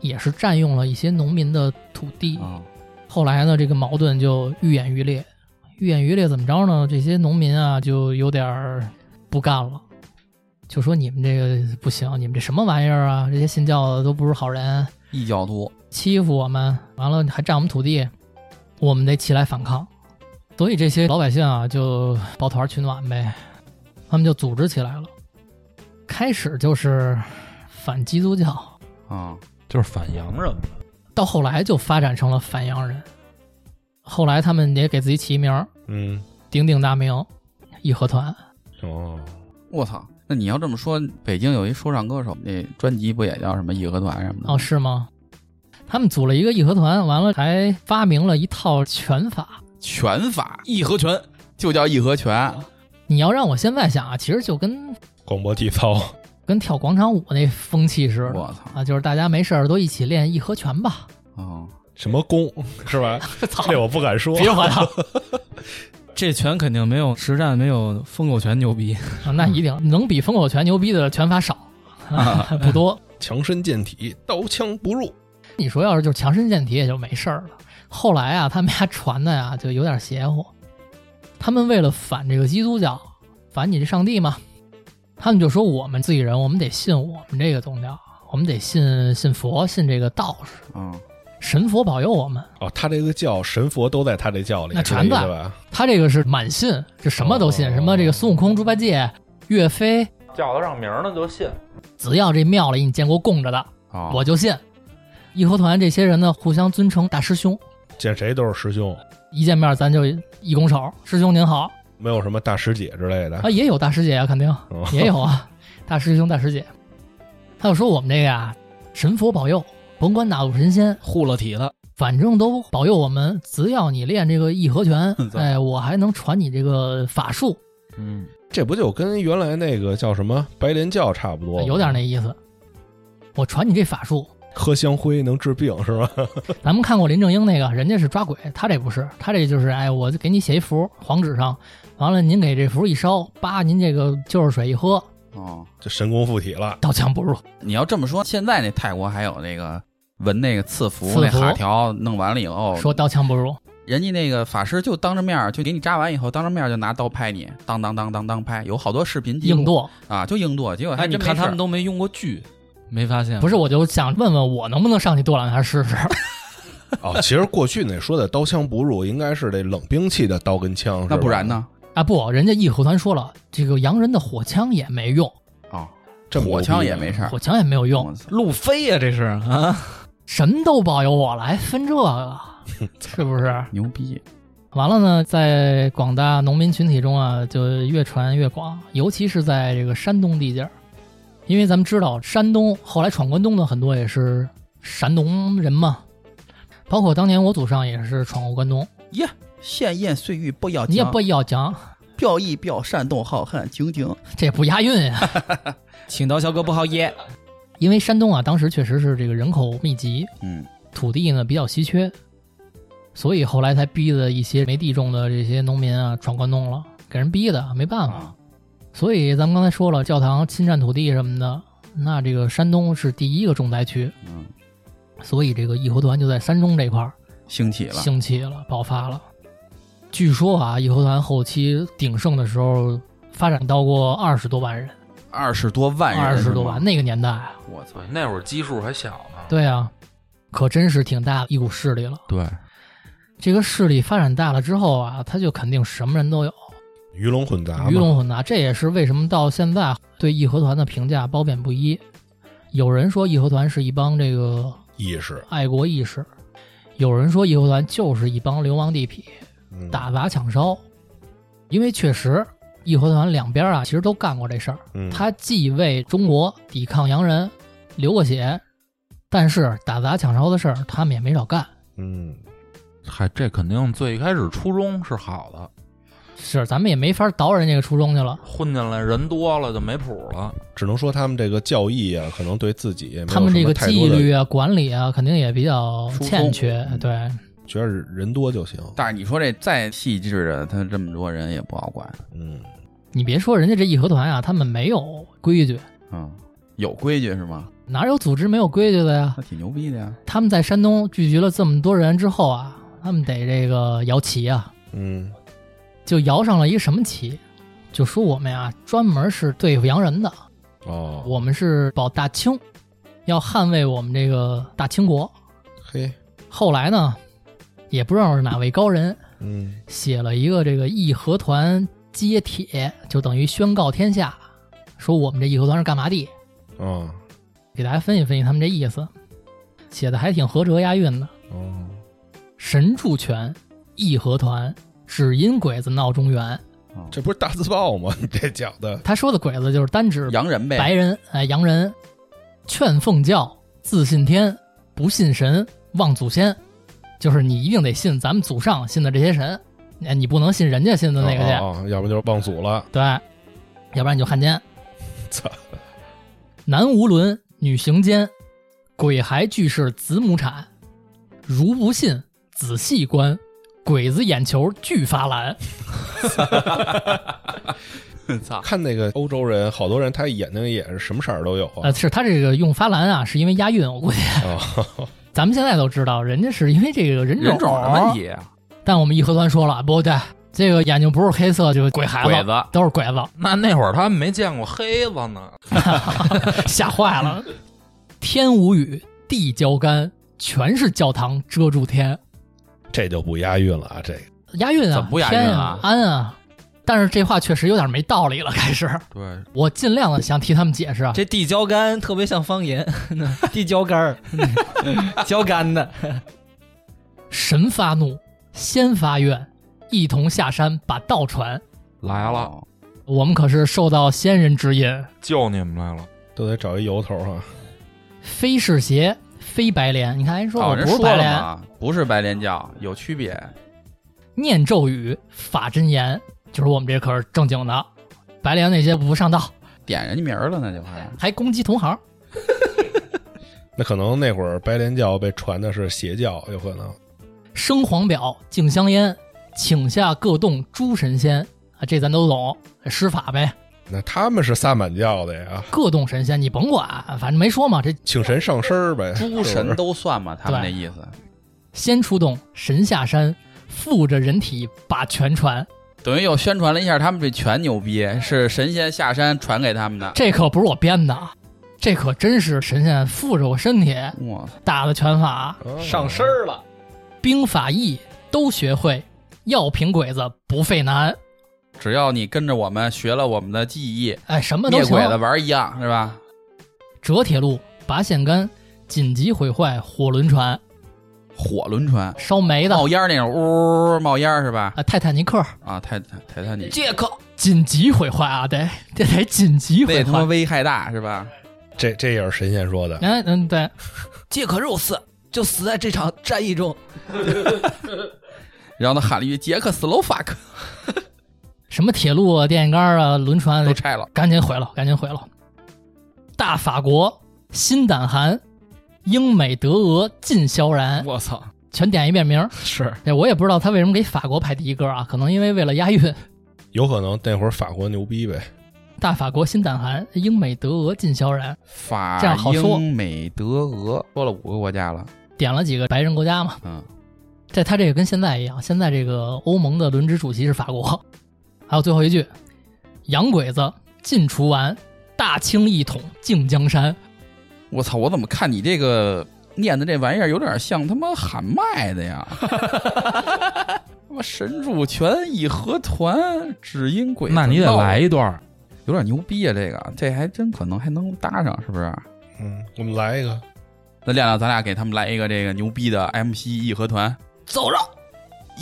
也是占用了一些农民的土地。啊，后来呢，这个矛盾就愈演愈烈，愈演愈烈怎么着呢？这些农民啊就有点儿不干了，就说你们这个不行，你们这什么玩意儿啊？这些信教的都不是好人，异教徒，欺负我们，完了还占我们土地，我们得起来反抗。所以这些老百姓啊，就抱团取暖呗，他们就组织起来了。开始就是反基督教，啊，就是反洋人嘛，到后来就发展成了反洋人。后来他们也给自己起一名儿，嗯，鼎鼎大名义和团。哦，我操！那你要这么说，北京有一说唱歌手，那专辑不也叫什么义和团什么的？哦，是吗？他们组了一个义和团，完了还发明了一套拳法。拳法义和拳，就叫义和拳，你要让我现在想啊，其实就跟广播体操，跟跳广场舞那风气似的我操！啊，就是大家没事儿都一起练义和拳吧。啊，什么功是吧？ 操，这我不敢说。 别滑道，这拳肯定没有实战没有疯狗拳牛逼，啊那一定能比风口拳牛逼的拳法少，啊 不多。强身健体，刀枪不入。你说要是就强身健体也就没事儿了。后来啊，他们家传的呀、就有点邪乎，他们为了反这个基督教，反你这上帝嘛，他们就说我们自己人，我们得信我们这个宗教，我们得信信佛，信这个道士，嗯，神佛保佑我们。哦，他这个教神佛都在他这教里，那是这全意思在吧？他这个是满信，就什么都信，哦什么这个孙悟空、猪八戒、岳飞，叫得上名儿了就信。只要这庙里你见过供着的，哦，，我就信。义和团这些人呢，互相尊称大师兄，见谁都是师兄，一见面咱就一拱手，师兄您好没有什么大师姐之类的。啊，也有大师姐啊， 肯定哦也有啊，大师兄、大师姐。他就说我们这个呀，神佛保佑，甭管哪路神仙，护了体了，反正都保佑我们，只要你练这个义和 拳嗯操哎，我还能传你这个法术，嗯，这不就跟原来那个叫什么白莲教差不多吗？有点那意思。我传你这法术，喝香灰能治病是吧？咱们看过林正英那个，人家是抓鬼，他这不是，他这就是哎，我就给你写一符，黄纸上，完了您给这符一烧，叭，您这个就是水一喝，哦， 这神功附体了，刀枪不入。哦你要这么说，现在那泰国还有那个纹那个刺符刺那符哈条，弄完了以后，说刀枪不入，人家那个法师就当着面儿就给你扎完以后，当着面儿就拿刀拍你，当当当当当拍，有好多视频记录硬剁。啊，就硬剁，结果哎，还你真看没他事们都没用过锯，没发现？不是，我就想问问我能不能上去剁两下试试？哦，其实过去那说的刀枪不入，应该是这冷兵器的刀跟枪，是吧那不然？呢？啊，不，人家义和团说了，这个洋人的火枪也没用，啊，这么牛火逼枪也没事儿火。枪也没有用我，操路飞呀、这是啊，神都保佑我了，还分这个，是不是？牛逼！完了呢，在广大农民群体中啊，就越传越广，尤其是在这个山东地界儿，因为咱们知道山东后来闯关东的很多也是山东人嘛，包括当年我祖上也是闯过关东，闲言碎语不要你也讲，不要讲，表意表煽动浩瀚情景。这也不押韵呀、请到小哥不好耶。因为山东啊，当时确实是这个人口密集，嗯，土地呢比较稀缺，所以后来才逼得一些没地种的这些农民啊闯关东了，给人逼的，没办法。啊，所以咱们刚才说了，教堂侵占土地什么的，那这个山东是第一个重灾区，嗯，所以这个义和团就在山东这块儿兴起了，兴起了、爆发了。据说啊，义和团后期鼎盛的时候，发展到过二十多万人，二十多万人，二十多万，，那个年代啊，我操！那会儿基数还小呢。对啊，可真是挺大一股势力了。对，这个势力发展大了之后啊，他就肯定什么人都有，鱼龙混杂嘛，鱼龙混杂。这也是为什么到现在啊对义和团的评价褒贬不一。有人说义和团是一帮这个意识爱国意识。有人说义和团就是一帮流氓地痞，嗯打砸抢烧，因为确实义和团两边啊，其实都干过这事儿。嗯他既为中国抵抗洋人流过血，但是打砸抢烧的事儿他们也没少干。嗯，嗨，这肯定最开始初衷是好的，是，咱们也没法倒人家个初衷去了。混进来人多了就没谱了。只能说他们这个教义啊，可能对自己也没有他们这什个么太纪多的律啊、管理啊，肯定也比较疏松欠缺。嗯对，觉得人多就行，但是你说这再细致的，他这么多人也不好管，嗯，你别说人家这义和团啊，他们没有规矩，嗯，有规矩是吗？哪有组织没有规矩的呀？那挺牛逼的呀，他们在山东聚集了这么多人之后啊，他们得这个摇旗啊，嗯，就摇上了一个什么旗，就说我们呀专门是对付洋人的，哦，我们是保大清，要捍卫我们这个大清国。嘿，后来呢，也不知道是哪位高人嗯，写了一个这个义和团揭帖，就等于宣告天下，说我们这义和团是干嘛的，哦，给大家分析分析他们这意思，写的还挺合辙押韵的。哦，神助拳，义和团，只因鬼子闹中原。嗯这不是大字报吗？你这讲的，他说的鬼子就是单指洋人呗，白人，哎，洋人，劝奉教，自信天，不信神，忘祖先，就是你一定得信咱们祖上信的这些神，哎，你不能信人家信的那个去，哦，哦要不就是忘祖了，对，要不然你就汉 奸。操，男无伦，女行奸，鬼孩俱是子母产。如不信，仔细观，鬼子眼球俱发蓝。操，看那个欧洲人，好多人他眼睛也是什么色儿都有啊呃，，是他这个用发蓝啊，是因为押韵，我估 计。哦，咱们现在都知道，人家是因为这个人种啊人种什么也但我们义和团说了，不对，这个眼睛不是黑色就是鬼孩鬼子，子。都是鬼子， 那那会儿他们没见过黑子呢，吓坏了。天无雨，地焦干，全是教堂遮住天，这就不押韵了啊！这个押韵啊，怎么不押韵啊天啊，安啊。但是这话确实有点没道理了，开始 对，我尽量的想替他们解释啊，这地胶干特别像方言， 地胶干 儿，胶干的。神发怒，仙发愿，一同下山把道传。来了，了，我们可是受到仙人指引，救你们来了。都得找一由头啊。非是邪，非白莲。你看人说哦，我人不是说白了莲，嘛，不是白莲教，有区别。念咒语、法真言，就是我们这可是正经的。白莲那些不上道，点人家名儿了，那就还还攻击同行。那可能那会儿白莲教被传的是邪教，有可能。生黄表，敬香烟，请下各洞诸神仙啊，这咱都懂，施法呗。那他们是萨满教的呀，各洞神仙你甭管，反正没说嘛。这哎请神上身儿呗。诸神是都算嘛，他们那对意思，仙出洞，神下山，附着人体把拳传，等于又宣传了一下他们这拳牛逼，是神仙下山传给他们的。这可不是我编的，啊，这可真是神仙附着我身体哇塞，打的拳法、不是哦上身儿了，兵法、易都学会，要平鬼子不费难。只要你跟着我们学了我们的技艺，哎，什么都灭行鬼。子玩儿一样是吧？折铁路、拔线杆、紧急毁坏火轮船、火轮船烧煤的、冒烟儿那种，呜冒烟儿是吧？啊，泰坦尼克啊，泰泰泰坦尼克杰克，紧急毁坏啊，得这得紧急那毁他妈坏。危害大是吧？这这也是神仙说的。嗯嗯，对，杰克肉丝就死在这场战役中。 然后他喊了一句“捷克斯洛伐克什么铁路啊、电线杆啊、轮”，哎船都啊，拆了。赶紧毁了，赶紧毁了。大法国新胆寒，英美德俄尽萧然，我操，全点一遍名儿。是这我也不知道他为什么给法国排第一歌啊，可能因为为了押韵。有可能那会儿法国牛逼呗，大法国新胆寒，英美德俄尽萧然，法这样好说英美德俄说了五个国家了，点了几个白人国家嘛。嗯，这他这个跟现在一样，现在这个欧盟的轮值主席是法国。还有最后一句，洋鬼子尽除完，大清一统靖江山。我操，我怎么看你这个念的这玩意儿有点像他妈喊麦的呀？ 他妈神主权义和团，只因鬼子那你得闹来，一段儿，有点牛逼啊！这个这还真可能还能搭上，是不是？嗯，我们来一个，那亮亮，咱俩给他们来一个这个牛逼的 MC 义和团，走着，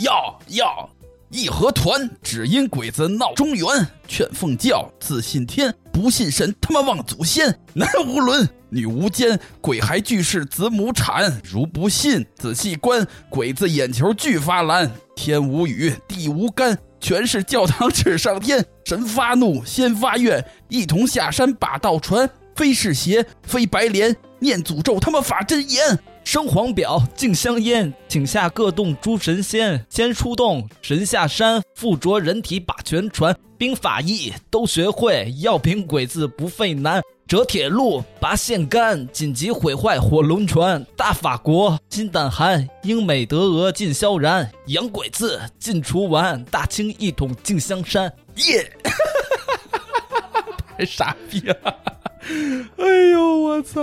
要要义和团，只因鬼子闹中原，劝奉教，自信天，不信神，他妈忘祖先，男无伦，女无奸，鬼还俱是子母产，如不信，仔细观，鬼子眼球俱发蓝，天无雨，地无干。全是教堂指上天，神发怒，仙发愿，一同下山把道传。非是邪，非白莲，念诅咒他妈法真言。生黄表，敬香烟，请下各洞诸神仙。先出洞，神下山，附着人体把拳传。兵法艺都学会，药品鬼子不费难。折铁路，拔线杆，紧急毁坏火轮船。大法国，金胆寒，英美德俄尽萧然。洋鬼子尽除完，大清一统靖香山。耶、 太傻逼了！哎呦，我操！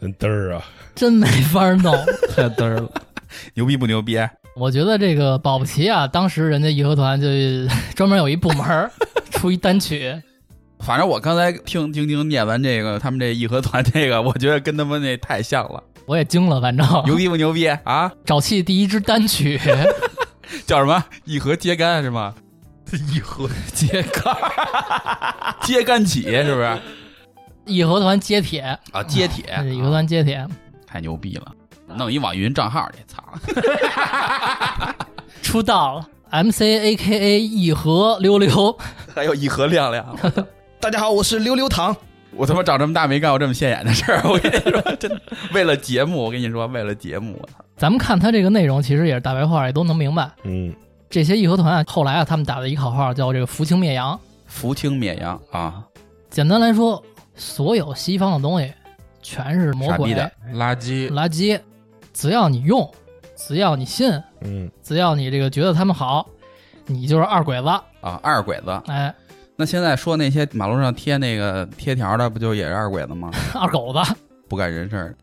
真嘚儿啊！真没法 弄，太嘚了，牛逼不牛逼？我觉得这个保不齐啊，当时人家义和团就 专门有一部门儿出一单曲，反正我刚才听晶晶念完这个，他们这义和团这个，我觉得跟他们那太像了，我也惊了，反正牛逼不牛逼啊？沼气第一支单曲，叫什么？义和揭竿是吗？义和揭竿， 揭竿起是不是？义和团接铁，啊，揭帖，义和团接铁，太牛逼了！弄一网易云账号去，操！出道了，MC A K A 义和溜溜，还有义和亮亮，大家好，我是溜溜糖。我他妈长这么大没干过这么现眼的事儿，我跟你说，真的，为了节目，我跟你说，为了节目，咱们看他这个内容，其实也是大白话，也都能明白。嗯，这些义和团啊，后来啊，他们打的一个口号叫这个“扶清灭洋福清灭洋啊，”。简单来说，所有西方的东西全是魔傻逼鬼、的垃圾垃圾，只要你用，只要你信，嗯，只要你这个觉得他们好，你就是二鬼子，啊，二鬼子。哎， 那现在说那些马路上贴那个贴条的，不就也是二鬼子吗？二狗子，不干人事儿，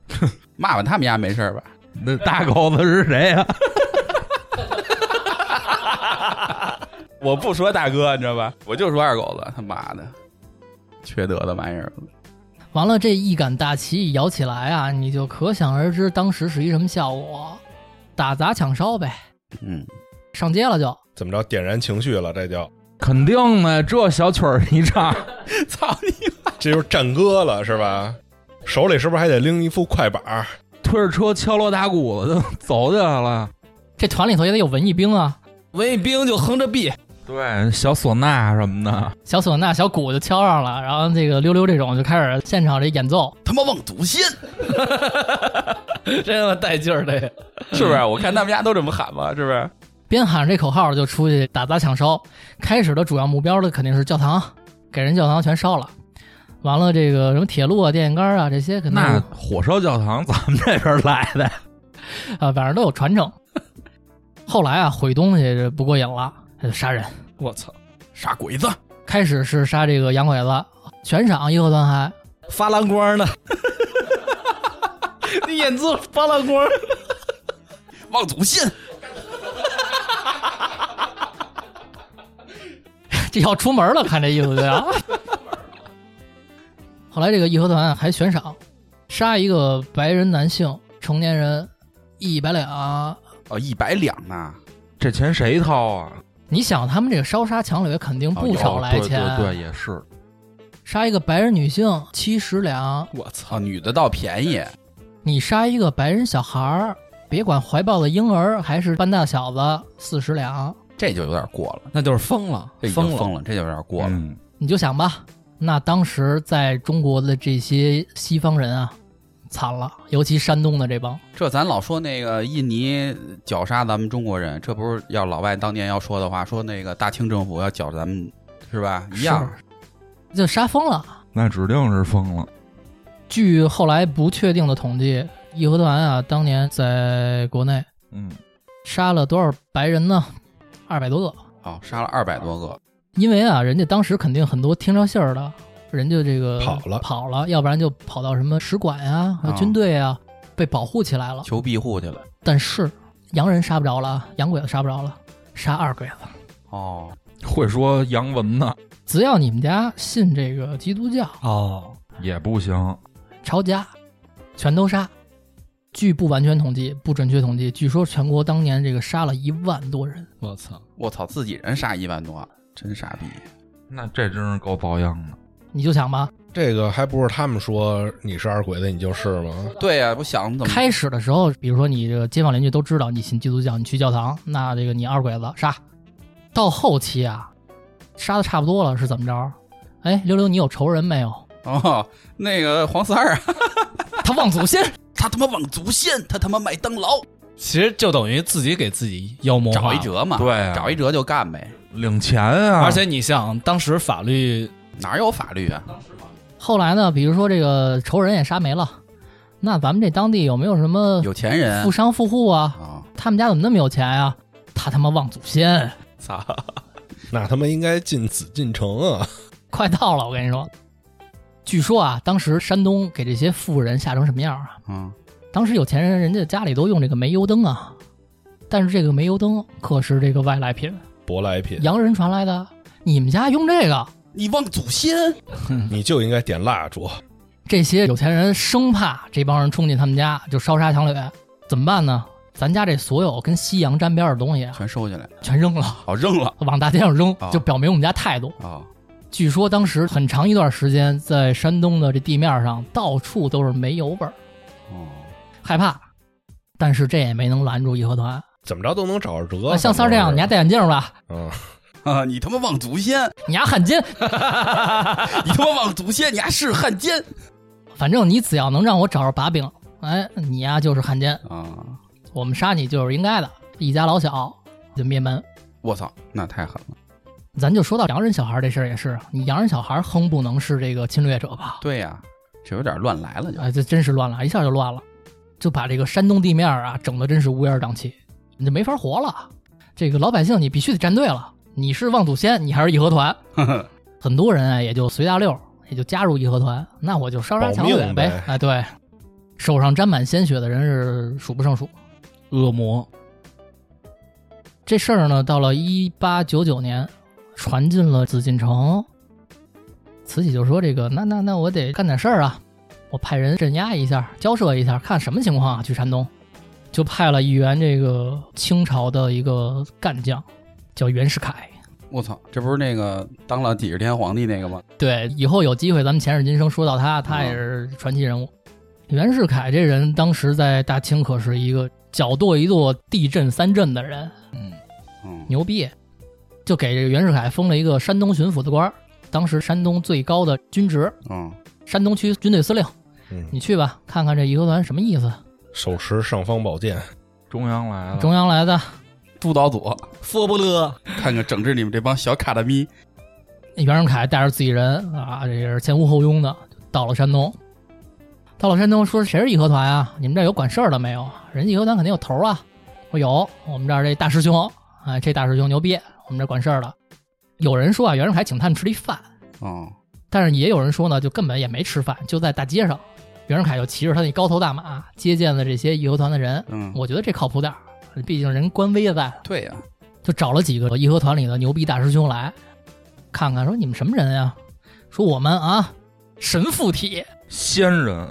骂骂他们家没事儿吧？那大狗子是谁啊呀、我不说大哥，你知道吧？我就说二狗子，他妈的，缺德的玩意儿！完了这一杆大旗一摇起来啊，你就可想而知当时是一什么效果，打砸抢烧呗，嗯，上街了就。怎么着点燃情绪了？这叫 肯定的，这小曲儿一唱，操你！这就是战歌了，是吧？手里是不是还得拎一副快板儿？推着车敲锣打鼓的就走起来了。这团里头也得有文艺兵啊，文艺兵就哼着 B，对，小唢呐什么的，小唢呐、小鼓就敲上了，然后这个溜溜这种就开始现场这演奏。他妈望祖先， 真他妈带劲儿的呀！是不是？我看他们家都这么喊吧，是不是？边喊着这口号就出去打砸抢烧。开始的主要目标的肯定是教堂，给人教堂全烧了。完了，这个什么铁路啊、电线杆啊这些，肯定那火烧教堂咱们这边来的，啊，反正都有传承。后来啊，毁东西这不过瘾了，他就杀人。我操，傻鬼子，开始是杀这个洋鬼子，全场义和团还发蓝光呢， 你演奏发蓝光，望祖先， 这要出门了，看这意思就要。后来这个义和团还悬赏，杀一个白人男性成年人一百两。哦，一百两呢，这钱谁掏啊？你想，他们这个烧杀抢掠肯定不少来钱，哦对对对，也是。杀一个白人女性七十两，我操，操，女的倒便宜，你杀一个白人小孩儿，别管怀抱的婴儿还是半大小子，四十两。这就有点过了， 那就是疯了这已，经疯了，疯了，这就有点过了。嗯，你就想吧，那当时在中国的这些西方人啊，惨了，尤其山东的这帮，这咱老说那个印尼绞杀咱们中国人，这不是要老外当年要说的话，说那个大清政府要绞咱们，是吧？一样，就杀疯了。那指定是疯了。据后来不确定的统计，义和团啊，当年在国内嗯，杀了多少白人呢？二百多个。哦，杀了二百多个，因为啊，人家当时肯定很多听着信儿的，人家这个跑了跑了，要不然就跑到什么使馆呀、啊啊军队啊，被保护起来了。求庇护去了。但是洋人杀不着了，洋鬼子杀不着了，杀二鬼子。哦，会说洋文的只要你们家信这个基督教，哦，也不行。抄家，全都杀。据不完全统计，不准确统计，据说全国当年这个杀了一万多人。我操，我操，自己人杀一万多，真傻逼！那这真是够遭殃的。你就想吧，这个还不是他们说你是二鬼子，你就是吗？对呀、不想怎么开始的时候，比如说你这个街坊邻居都知道你信基督教，你去教堂，那这个你二鬼子杀。到后期啊，杀的差不多了，是怎么着？哎，溜溜，你有仇人没有？哦，那个黄四二啊，他望祖先， 他他妈往足线，他他妈麦当劳，其实就等于自己给自己妖魔找化一了，辙嘛，对啊找一辙就干呗，领钱啊！而且你像当时法律哪有法律啊？后来呢，比如说这个仇人也杀没了，那咱们这当地有没有什么有钱人富商富户啊？啊，他们家怎么那么有钱呀、他他妈望祖先，操、那他妈应该进紫禁城啊！快到了，我跟你说。据说啊，当时山东给这些富人吓成什么样啊？嗯，当时有钱人人家家里都用这个煤油灯啊，但是这个煤油灯可是这个外来品，舶来品，洋人传来的。你们家用这个？你望祖先， 你就应该点蜡烛。这些有钱人生怕这帮人冲进他们家就烧杀抢掠，怎么办呢？咱家这所有跟西洋沾边的东西啊，全收起来，全扔了，好、扔了往大街上扔啊，就表明我们家态度。啊、据说当时很长一段时间，在山东的这地面上到处都是煤油味儿，哦，害怕。但是这也没能拦住义和团。怎么着都能找着辙。啊像三儿这样，你还还戴眼镜吧？嗯，啊， 你他妈望祖先，你还汉奸， 你他妈望祖先，你还是汉奸反正你只要能让我找着把柄，哎，你呀就是汉奸，啊！我们杀你就是应该的。一家老小就灭门。我操，那太狠了。咱就说到洋人小孩这事儿也是，你洋人小孩哼不能是这个侵略者吧？对呀、这有点乱来了就，哎，这真是乱了，一下就乱了，就把这个山东地面啊整的真是乌烟瘴气，你就没法活了。这个老百姓你必须得站队了，你是望祖先，你还是义和 团？很多人啊，也就随大溜儿，也就加入义和团。那我就烧杀抢保掠命呗呗。哎，对，手上沾满鲜血的人是数不胜数。恶魔，这事儿呢，到了一八九九年，传进了紫禁城。慈禧就说：“这个，那那那我得干点事儿啊，我派人镇压一下，交涉一下，看什么情况啊？去山东，就派了一员这个清朝的一个干将，叫袁世凯。我操，这不是那个当了几十天皇帝那个吗？对，以后有机会咱们前世今生说到他，他也是传奇人物。袁世凯这人当时在大清可是一个搅舵一座地震三震的人，嗯，牛逼，就给这个袁世凯封了一个山东巡抚的官儿，当时山东最高的军职，嗯，山东区军队司令。嗯，你去吧，看看这义和团什么意思，手持尚方宝剑，中央来了，中央来的。督导组佛不勒， 看看整治你们这帮小卡达咪。袁世凯带着自己人啊，这也是前呼后拥的，就到了山东。到了山东，说谁是义和团啊？你们这儿有管事儿的没有？啊人家义和团肯定有头儿啊！我有，我们这儿这大师兄，哎，这大师兄牛逼，我们这儿管事儿的。有人说啊，袁世凯请他们吃了一饭，嗯，但是也有人说呢，就根本也没吃饭，就在大街上，袁世凯就骑着他那高头大马接见了这些义和团的人。嗯我觉得这靠谱点儿，毕竟人官威在，对呀、就找了几个义和团里的牛逼大师兄来，看看说你们什么人呀、说我们啊，神附体。仙人，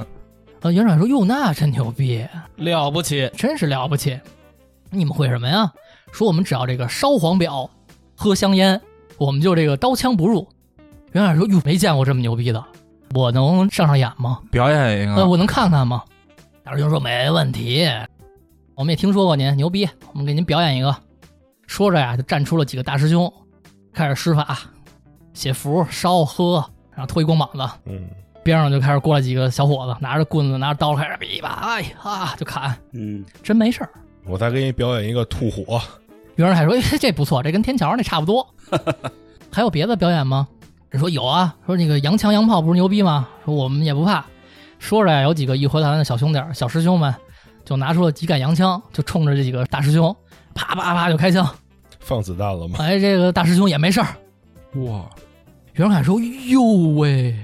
呃，袁世凯说哟，那真牛逼，了不起，真是了不起。你们会什么呀？说我们只要这个烧黄表，喝香烟，我们就这个刀枪不入。袁世凯说哟，没见过这么牛逼的，我能上上眼吗？表演嗯一呃，个，我能看看吗？大师兄说没问题，我们也听说过您，牛逼，我们给您表演一个。说着呀，就站出了几个大师兄，开始施法，写符、烧、喝，然后脱一光膀子，嗯，边上就开始过来几个小伙子，拿着棍子、拿着刀，开始噼啪哎啊就砍，嗯，真没事儿。我再给你表演一个吐火，有人还说：“哎，这不错，这跟天桥那差不多。” 还有别的表演吗？人说有啊，说那个洋枪洋炮不是牛逼吗？说我们也不怕。说着呀，有几个义和团的小兄弟儿、小师兄们，就拿出了几杆洋枪，就冲着这几个大师兄，啪啪啪就开枪。放子弹了吗？哎，这个大师兄也没事儿。哇，袁世凯说：“哟喂，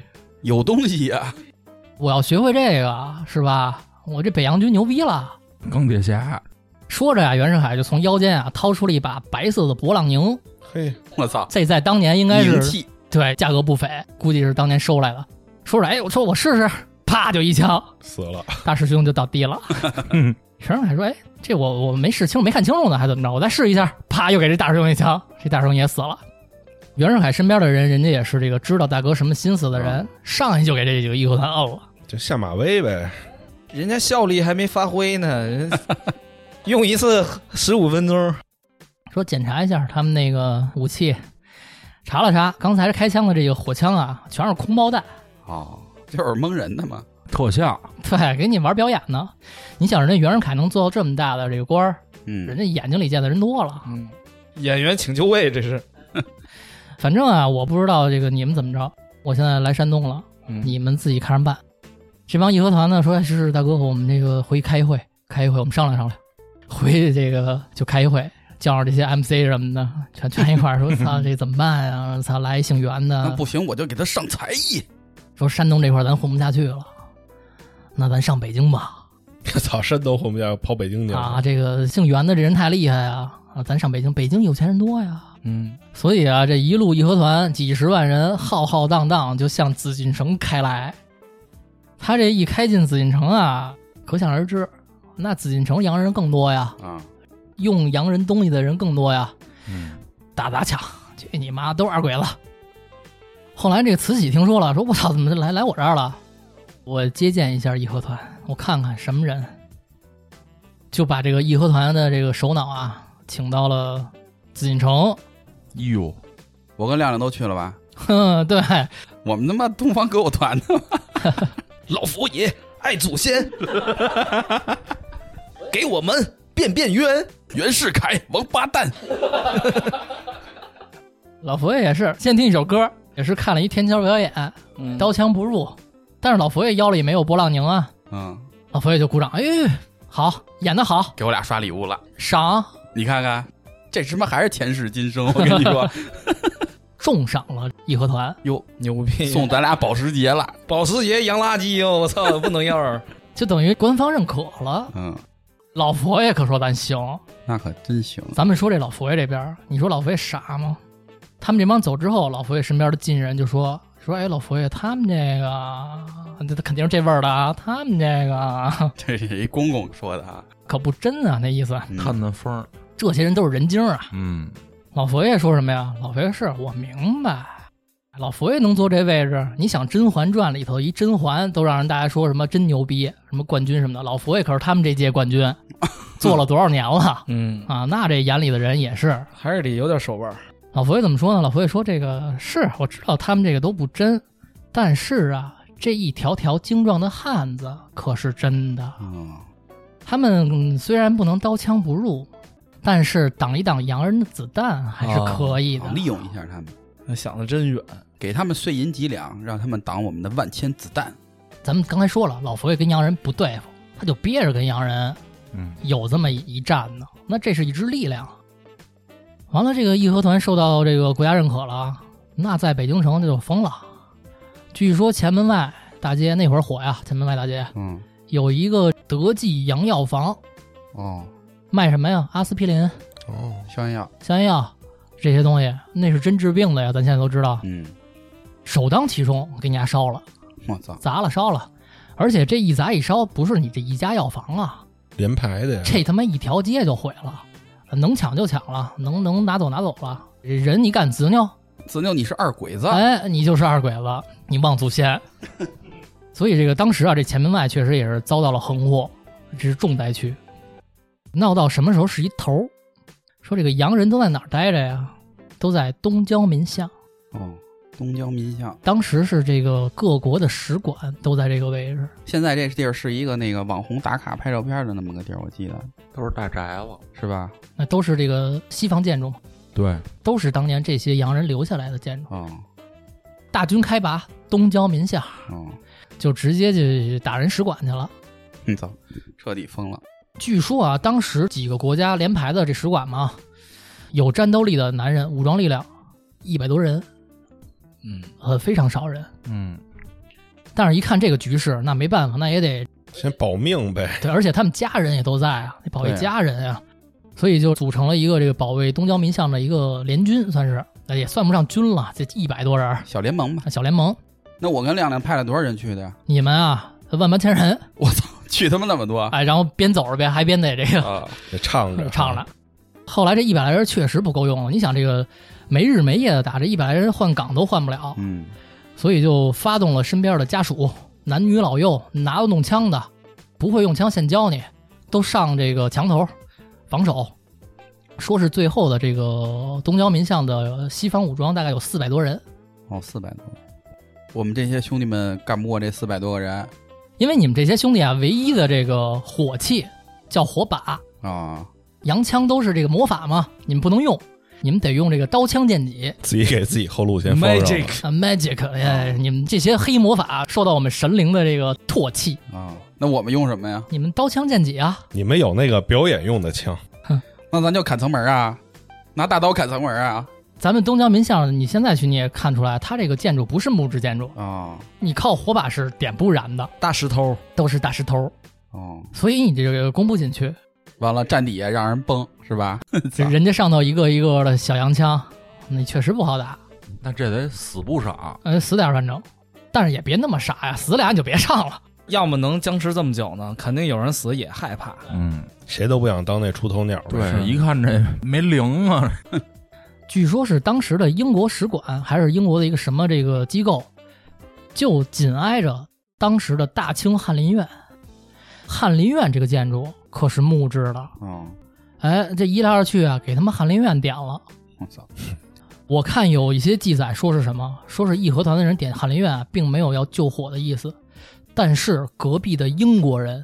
有东西呀、 我要学会这个是吧？我这北洋军牛逼了。钢铁侠，”说着呀，袁世凯就从腰间啊掏出了一把白色的勃朗宁，嘿，我操，这在当年应该是名气对，价格不菲，估计是当年收来的。说出来，哎，我说我试试，啪就一枪，死了，大师兄就倒地了。学生还说，哎，这我我没试清，没看清楚呢，还怎么着？我再试一下，啪又给这大师兄一枪，这大师兄也死了。袁世凯身边的人，人家也是这个知道大哥什么心思的人，上去就给这几个义和团摁了。就下马威呗。 人家效力还没发挥呢，人家 用一次十五分钟，说检查一下他们那个武器，查了查，刚才开枪的这个火枪啊，全是空包弹。哦，就是蒙人的嘛。特效，对，给你玩表演呢。你想，人家袁世凯能做到这么大的这个官儿，人嗯，家眼睛里见的人多了。嗯，演员请就位，这是反正啊，我不知道这个你们怎么着。我现在来山东了，嗯你们自己看着办。这帮义和团呢说：“哎是是，大哥，我们这个回去开一会，开一会，我们商量商量。回去这个就开一会，叫上这些 MC 什么的，全全一块儿 说：操，这怎么办呀？操，来一姓袁那的不，行，我就给他上才艺。说山东这块儿咱混不下去了，那咱上北京吧。操，山东混不下，跑北京去啊，了。这个姓袁的这人太厉害啊，啊，咱上北京，北京有钱人多呀。”嗯，所以啊，这一路义和团几十万人浩浩荡荡就向紫禁城开来。他这一开进紫禁城啊，可想而知，那紫禁城洋人更多呀，啊，用洋人东西的人更多呀，嗯，打砸抢，去你妈，都是二鬼子。后来这个慈禧听说了，说我操，怎么来来我这儿了？我接见一下义和团，我看看什么人，就把这个义和团的这个首脑啊，请到了紫禁城。哟，我跟亮亮都去了吧？哼，对，我们他妈东方歌舞团的，老佛爷爱祖先， 给我们变变冤，袁世凯、王八蛋，老佛爷也是，先听一首歌，也是看了一天桥表演，嗯刀枪不入。但是老佛爷腰里没有勃朗宁啊，嗯，老佛爷就鼓掌，哎，好，演得好，给我俩刷礼物了，赏。你看看，这他妈还是前世今生，我跟你说，重赏了义和团。哟，牛逼！送咱俩保时捷了，保时捷洋垃圾哦，我操，不能要！就等于官方认可了，嗯，老佛爷可说咱行。那可真行，咱们说这老佛爷这边儿，你说老佛爷傻吗？他们这帮走之后，老佛爷身边的近人就说说，哎，老佛爷他们这个，这这肯定是这味儿的啊，他们这个 这是一公公说的啊，可不真啊，那意思，嗯探探风儿，这些人都是人精啊。嗯，老佛爷说什么呀？老佛爷是我明白，老佛爷能坐这位置，你想《甄嬛传》里头一甄嬛都让人大家说什么真牛逼，什么冠军什么的，老佛爷可是他们这届冠军，做了多少年了 嗯，啊？那这眼里的人也是，还是得有点手腕儿。老佛爷怎么说呢？老佛爷说：“这个是啊我知道他们这个都不真，但是啊，这一条条精壮的汉子可是真的。嗯，他们嗯虽然不能刀枪不入，但是挡一挡洋人的子弹还是可以的。好利用一下他们，那想的真远，给他们碎银几两，让他们挡我们的万千子弹，咱们刚才说了，老佛爷跟洋人不对付，他就憋着跟洋人，嗯，有这么一战呢。那这是一支力量。啊完了，这个义和团受到这个国家认可了，啊那在北京城就疯了。据说前门外大街那会儿火呀，前门外大街嗯，有一个德记洋药房，哦，卖什么呀？阿司匹林、哦，消炎药，消炎药这些东西，那是真治病的呀，咱现在都知道。嗯，首当其冲，给你家烧了、我操，砸了、烧了，而且这一砸一烧，不是你这一家药房啊，连排的呀，这他妈一条街就毁了，能抢就抢了，能能拿走拿走了，人你敢执拗，子牛你是二鬼子，哎，你就是二鬼子，你忘祖先。所以这个当时啊，这前门外确实也是遭到了横祸，这是重灾区。闹到什么时候是一头儿？说这个洋人都在哪儿待着呀？都在东交民巷。哦，东交民巷，当时是这个各国的使馆都在这个位置，现在这地儿是一个那个网红打卡拍照片的那么个地儿，我记得都是大宅了。是吧？那都是这个西方建筑嘛，对，都是当年这些洋人留下来的建筑。哦，大军开拔，东交民巷，哦，嗯就直接就打人使馆去了。你操，彻底疯了，据说啊，当时几个国家联排的这使馆嘛，有战斗力的男人，武装力量一百多人，嗯，呃，非常少人。嗯，但是，一看这个局势，那没办法，那也得先保命呗。对，而且他们家人也都在啊，得保卫对啊家人啊，所以就组成了一个这个保卫东交民巷的一个联军，算是呃也算不上军了，这一百多人儿小联盟吧？小联盟。那我跟亮亮派了多少人去的呀？你们啊，万八千人，我操，去他妈那么多哎，然后边走着边还边得这个啊！得唱着唱着。嗯后来这一百来人确实不够用了，你想这个没日没夜的打，这一百来人换岗都换不了，嗯，所以就发动了身边的家属，男女老幼，拿得动枪的，不会用枪现教你，都上这个墙头防守。说是最后的这个东交民巷的西方武装大概有四百多人，哦，四百多，我们这些兄弟们干不过这四百多个人啊、因为你们这些兄弟啊，唯一的这个火器叫火把，啊洋枪都是这个魔法嘛，你们不能用，你们得用这个刀枪剑戟自己给自己后路先封上了。 Magic 啊，magic，哎，你们这些黑魔法受到我们神灵的这个唾弃，啊！那我们用什么呀？你们刀枪剑戟啊，你们有那个表演用的枪，那咱就砍城门啊，拿大刀砍城门啊！咱们东交民巷，你现在去你也看出来，它这个建筑不是木质建筑，哦你靠火把是点不燃的，大石头，都是大石头，哦，所以你这个攻不进去。完了站底下让人崩是吧？这人家上头一个一个的小洋枪，你确实不好打，那这得死不少，嗯，死点儿反正，但是也别那么傻呀，死俩你就别上了。要么能僵持这么久呢，肯定有人死也害怕。嗯，谁都不想当那出头鸟。对，一看这没灵啊，据说是当时的英国使馆还是英国的一个什么这个机构，就紧挨着当时的大清翰林院。翰林院这个建筑可是木质的，哦，哎，这一来二去啊，给他们翰林院点了。我操，我看有一些记载说是什么，说是义和团的人点翰林院啊，并没有要救火的意思，但是隔壁的英国人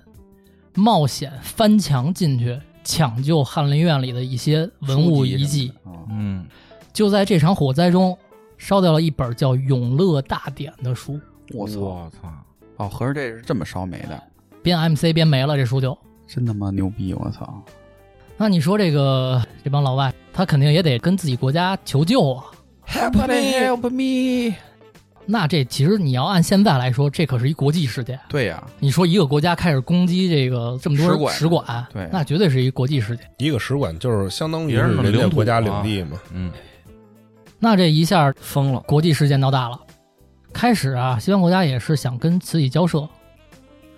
冒险翻墙进去抢救翰林院里的一些文物遗迹。啊！嗯，就在这场火灾中，烧掉了一本叫《永乐大典》的书，我操！我操，哦，合着这是这么烧煤的，边 MC 边没了这书就。真他妈牛逼！我操！那你说这个这帮老外，他肯定也得跟自己国家求救啊。 Help me，Help me！那这其实你要按现在来说，这可是一国际事件。对呀、你说一个国家开始攻击这个这么多使馆使馆对那绝对是一国际事件。一个使馆就是相当于别是人的人家领土国家啊领地嘛，嗯，那这一下疯了，国际事件闹大了。开始啊，西方国家也是想跟慈禧交涉，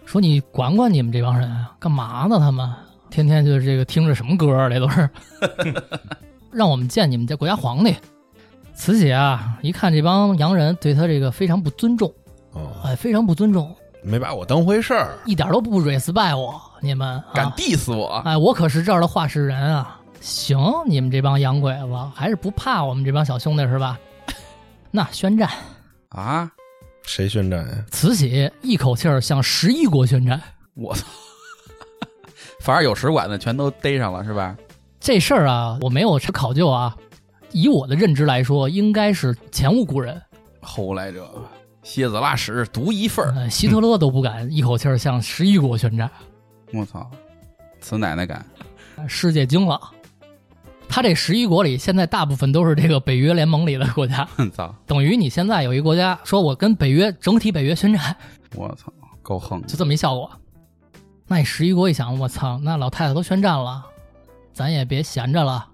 说你管管你们这帮人啊，干嘛呢？他们天天就是这个听着什么歌儿，这都是，让我们见你们家国家皇帝。慈禧啊，一看这帮洋人对他这个非常不尊重，啊、哎，非常不尊重，没把我当回事儿，一点都不 respect 我，你们、啊、敢 diss 我？哎，我可是这儿的话事人啊！行，你们这帮洋鬼子还是不怕我们这帮小兄弟是吧？那宣战，啊！谁宣战呀？慈禧一口气儿向十一国宣战。我操！ 反正有使馆的全都逮上了是吧？这事儿啊，我没有查考究啊，以我的认知来说，应该是前无古人，后来者，蝎子拉屎独一份儿。呃，希特勒都不敢一口气儿向十一国宣战，我操！此奶奶敢！世界惊了。他这十一国里，现在大部分都是这个北约联盟里的国家，操！等于你现在有一国家说我跟北约整体北约宣战，我操！够横！就这么一效果。那你十一国一想，我操，那老太太都宣战了，咱也别闲着了，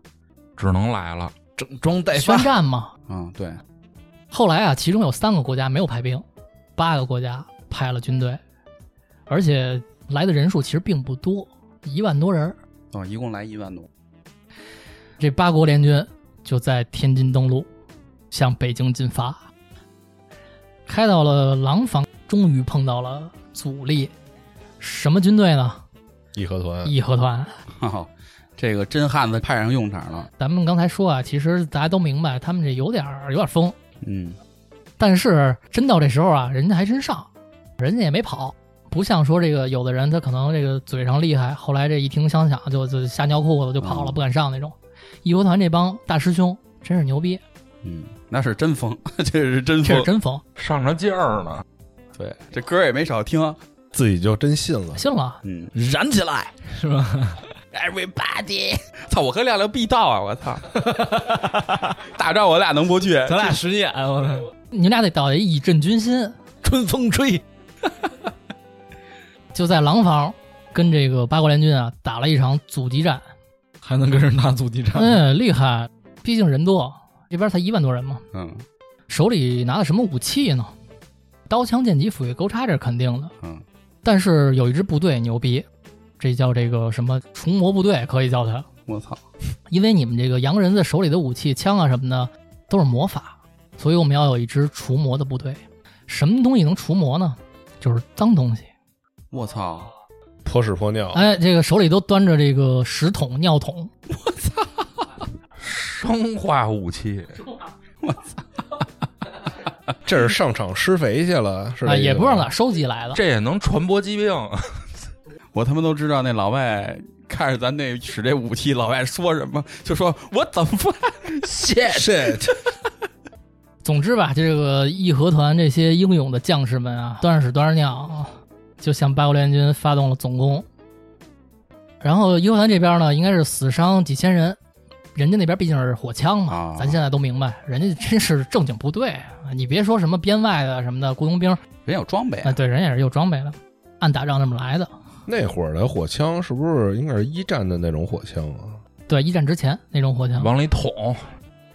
只能来了。整装待宣发，战嘛。嗯，对，后来啊，其中有三个国家没有派兵，八个国家派了军队，而且来的人数其实并不多，一万多人儿。哦，一共来一万多。这八国联军就在天津登陆，向北京进发。开到了廊坊，终于碰到了阻力。什么军队呢？义和团，义和团。哈哈， 这个真汉子派上用场了。咱们刚才说啊，其实大家都明白，他们这有点儿有点儿疯，嗯，但是真到这时候啊，人家还真上，人家也没跑，不像说这个有的人他可能这个嘴上厉害，后来这一听枪响就就吓尿裤子就跑了，嗯不敢上那种。义和团这帮大师兄真是牛逼，嗯，那是真疯， 这是真这是疯。真疯，上着劲儿呢，对，这歌也没少听。自己就真信了。信了。啊嗯燃起来是吧？ ，Everybody，操！我和亮亮必到啊！我 操！大仗我俩能不去？咱俩使眼，啊我操 你们俩得到一振军心，春风吹，就在廊坊跟这个八国联军啊打了一场阻击战。还能跟人打阻击战？嗯，厉害，毕竟人多，这边才一万多人嘛。嗯手里拿的什么武器呢？刀枪剑戟斧钺钩叉，这是肯定的。嗯，但是有一支部队牛逼，这叫这个什么除魔部队，可以叫它，我操！因为你们这个洋人的手里的武器枪啊什么的都是魔法，所以我们要有一支除魔的部队。什么东西能除魔呢？就是脏东西。我操！泼屎泼尿，哎，这个手里都端着这个屎桶、尿桶，生化武器，这是上场施肥去了，是、啊、这也意思不知道吗哪收集来的。这也能传播疾病。我他妈都知道那老外看着咱那使这武器，老外说什么 就说我怎么办？shit shit，总之吧，这个义和团这些英勇的将士们啊，端着屎端着尿啊，就向八国联军发动了总攻。然后义和团这边呢，应该是死伤几千人，人家那边毕竟是火枪嘛，啊咱现在都明白，人家真是正经部队，啊你别说什么编外的什么的雇佣兵，啊、人有装备啊、对，人也是有装备的，按打仗那么来的。 那会儿的火枪是不是应该是一战的那种火枪啊？对，一战之前那种火枪，嗯往里捅，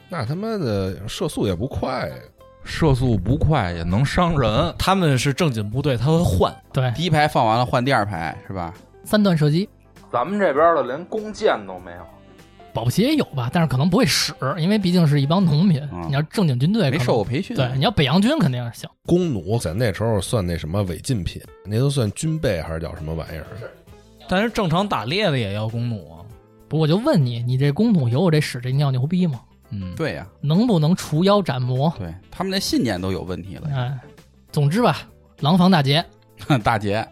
那他妈的射速也不快呀，射速不快也能伤人。他们是正经部队，他会换，对，第一排放完了换第二排是吧？三段射击，咱们这边的连弓箭都没有，保不齐也有吧，但是可能不会使，因为毕竟是一帮农民。啊你要正经军队，没哎可能受过培训啊、对，你要北洋军肯定是行。弓弩咱那时候算那什么违禁品，那都算军备还是叫什么玩意儿？啊但是正常打猎的也要弓弩啊。不，我就问你，你这弓弩有我这使这尿牛逼吗？嗯，对呀、能不能除妖斩魔？对他们的信念都有问题了。哎，总之吧，廊坊大捷。 大姐，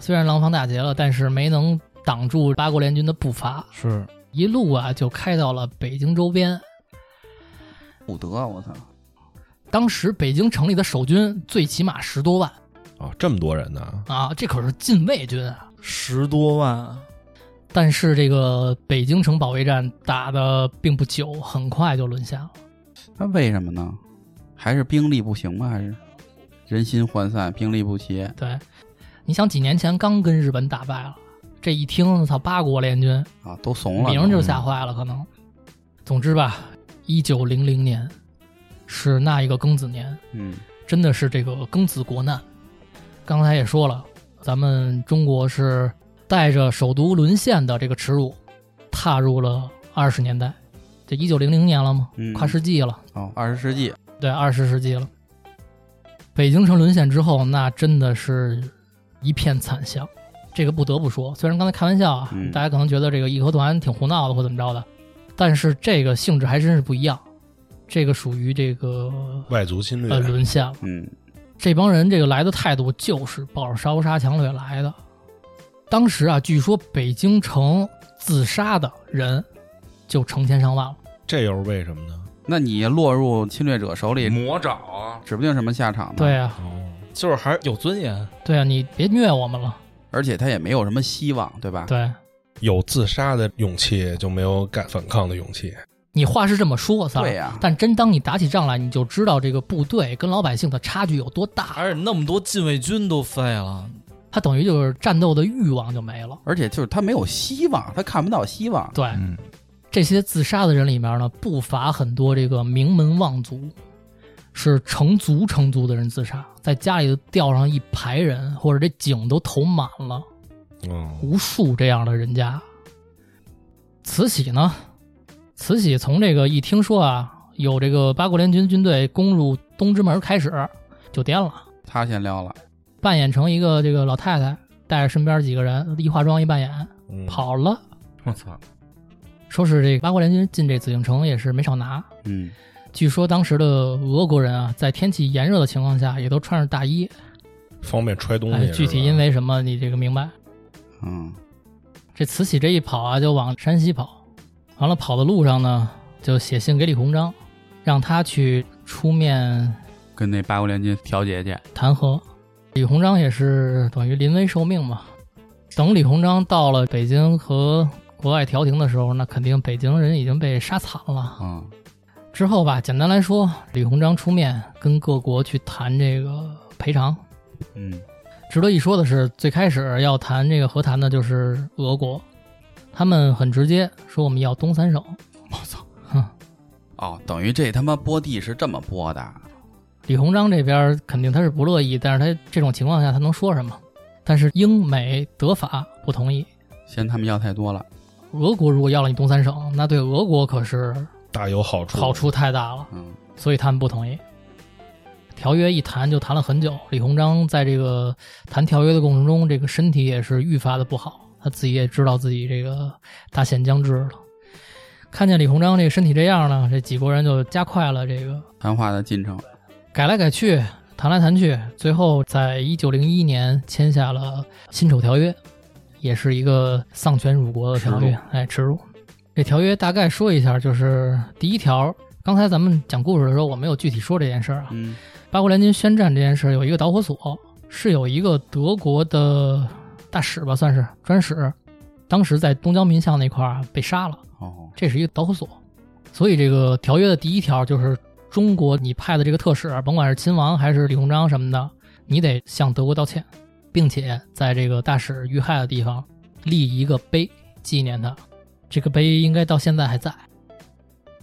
虽然廊坊大捷了，但是没能挡住八国联军的步伐，是一路啊就开到了北京周边。不得我操！当时北京城里的守军最起码十多万啊，这么多人呢？啊，这可是禁卫军啊！十多万，但是这个北京城保卫战打的并不久，很快就沦陷了。那为什么呢？还是兵力不行吗？还是人心涣散，兵力不齐？对，你想几年前刚跟日本打败了，这一听，操，八国联军，啊，都怂了，名儿就吓坏了，可能。总之吧，一九零零年是那一个庚子年，嗯真的是这个庚子国难。刚才也说了，咱们中国是带着首都沦陷的这个耻辱，踏入了二十年代。这一九零零年了吗？嗯，跨世纪了，哦，二十世纪，对，二十世纪了。北京城沦陷之后，那真的是一片惨象，这个不得不说。虽然刚才开玩笑啊，嗯大家可能觉得这个义和团挺胡闹的或怎么着的，但是这个性质还真是不一样。这个属于这个外族侵略呃，沦陷了。嗯这帮人这个来的态度就是抱着烧杀抢掠来的。当时啊，据说北京城自杀的人就成千上万了。这又是为什么呢？那你落入侵略者手里，魔爪啊，指不定什么下场呢。嗯对，啊，就是还是有尊严。对啊，你别虐我们了。而且他也没有什么希望，对吧？对有自杀的勇气，就没有敢反抗的勇气。你话是这么说，三儿对呀但真当你打起仗来，你就知道这个部队跟老百姓的差距有多大。而且那么多禁卫军都废了，他等于就是战斗的欲望就没了。而且就是他没有希望，他看不到希望。对，嗯，这些自杀的人里面呢，不乏很多这个名门望族，是成族成族的人自杀，在家里吊上一排人，或者这井都投满了，嗯，无数这样的人家。慈禧呢，慈禧从这个一听说啊有这个八国联军军队攻入东直门开始，就颠了，他先撩了，扮演成一个这个老太太，带着身边几个人一化妆一扮演嗯，跑了，我操，说是这个八国联军进这紫禁城也是没少拿。嗯，据说当时的俄国人啊，在天气炎热的情况下，也都穿着大衣。方便揣东哎西。，具体因为什么，你这个明白？嗯，这慈禧这一跑啊，就往山西跑，完了跑的路上呢，就写信给李鸿章，让他去出面跟那八国联军调解去。弹劾。李鸿章也是等于临危受命嘛。等李鸿章到了北京和国外调停的时候，那肯定北京人已经被杀惨了。嗯，之后吧，简单来说，李鸿章出面跟各国去谈这个赔偿。嗯，值得一说的是，最开始要谈这个和谈的就是俄国，他们很直接说我们要东三省。我操，哦，等于这他妈播地是这么播的，李鸿章这边肯定他是不乐意，但是他这种情况下他能说什么？但是英美德法不同意，嫌他们要太多了。俄国如果要了你东三省，那对俄国可是大有好处。好处太大了。嗯，所以他们不同意。条约一谈就谈了很久，李鸿章在这个谈条约的过程中，这个身体也是愈发的不好，他自己也知道自己这个大限将至了。看见李鸿章这个身体这样呢，这几国人就加快了这个谈话的进程。改来改去，谈来谈去，最后在一九零一年签下了《辛丑条约》，也是一个丧权辱国的条约耻。哎，耻辱！这条约大概说一下，就是第一条。刚才咱们讲故事的时候，我没有具体说这件事儿啊。嗯八国联军宣战这件事儿有一个导火索，是有一个德国的大使吧，算是专使，当时在东交民巷那块儿啊被杀了，哦，这是一个导火索。所以这个条约的第一条就是，中国你派的这个特使，甭管是亲王还是李鸿章什么的，你得向德国道歉，并且在这个大使遇害的地方立一个碑纪念他。这个碑应该到现在还在。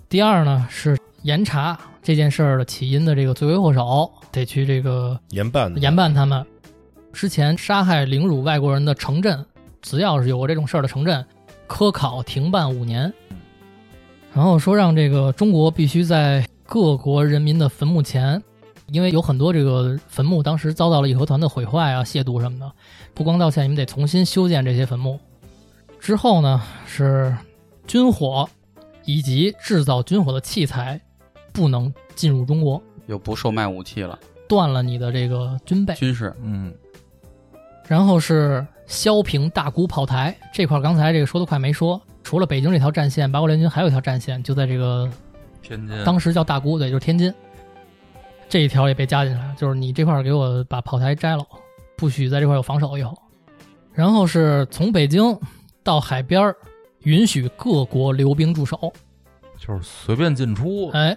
第二呢是严查这件事儿的起因的这个罪魁祸首，得去这个严办的严办他们。之前杀害凌辱外国人的城镇，只要是有过这种事儿的城镇，科考停办五年。然后说让这个中国必须在各国人民的坟墓前，因为有很多这个坟墓当时遭到了义和团的毁坏啊、亵渎什么的，不光道歉，你们得重新修建这些坟墓。之后呢是军火以及制造军火的器材不能进入中国，又不售卖武器了，断了你的这个军备。军事。嗯，然后是削平大沽炮台这块，刚才这个说的快没说。除了北京这条战线，八国联军还有一条战线，就在这个天嗯津当时叫大沽，对，就是天津。这一条也被加进来了，就是你这块儿给我把炮台摘了，不许在这块儿有防守以后。然后是从北京到海边儿允许各国留兵驻守。就是随便进出，哎，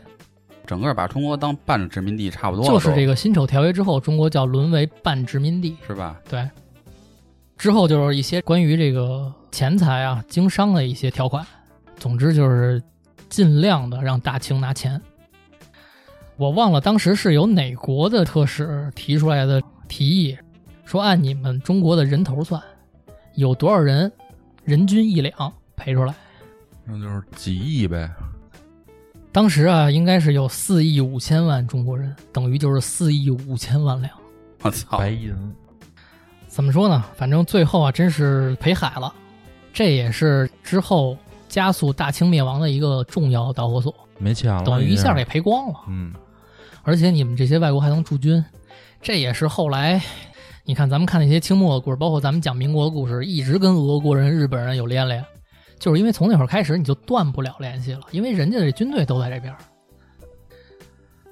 整个把中国当半殖民地差不多了都，就是这个辛丑条约之后，中国叫沦为半殖民地。是吧？对，之后就是一些关于这个钱财啊、经商的一些条款。总之就是尽量的让大清拿钱。我忘了当时是由哪国的特使提出来的提议，说按你们中国的人头算，有多少人人均一两赔出来。那就是几亿呗。当时啊，应该是有四亿五千万中国人，等于就是四亿五千万两。我操！白银怎么说呢？反正最后啊，真是赔海了。这也是之后加速大清灭亡的一个重要导火索，没钱了，等于一下这给是赔光了。嗯，而且你们这些外国还能驻军，这也是后来你看咱们看那些清末的故事，包括咱们讲民国的故事，一直跟俄国人、日本人有连连，就是因为从那会儿开始你就断不了联系了，因为人家这军队都在这边儿。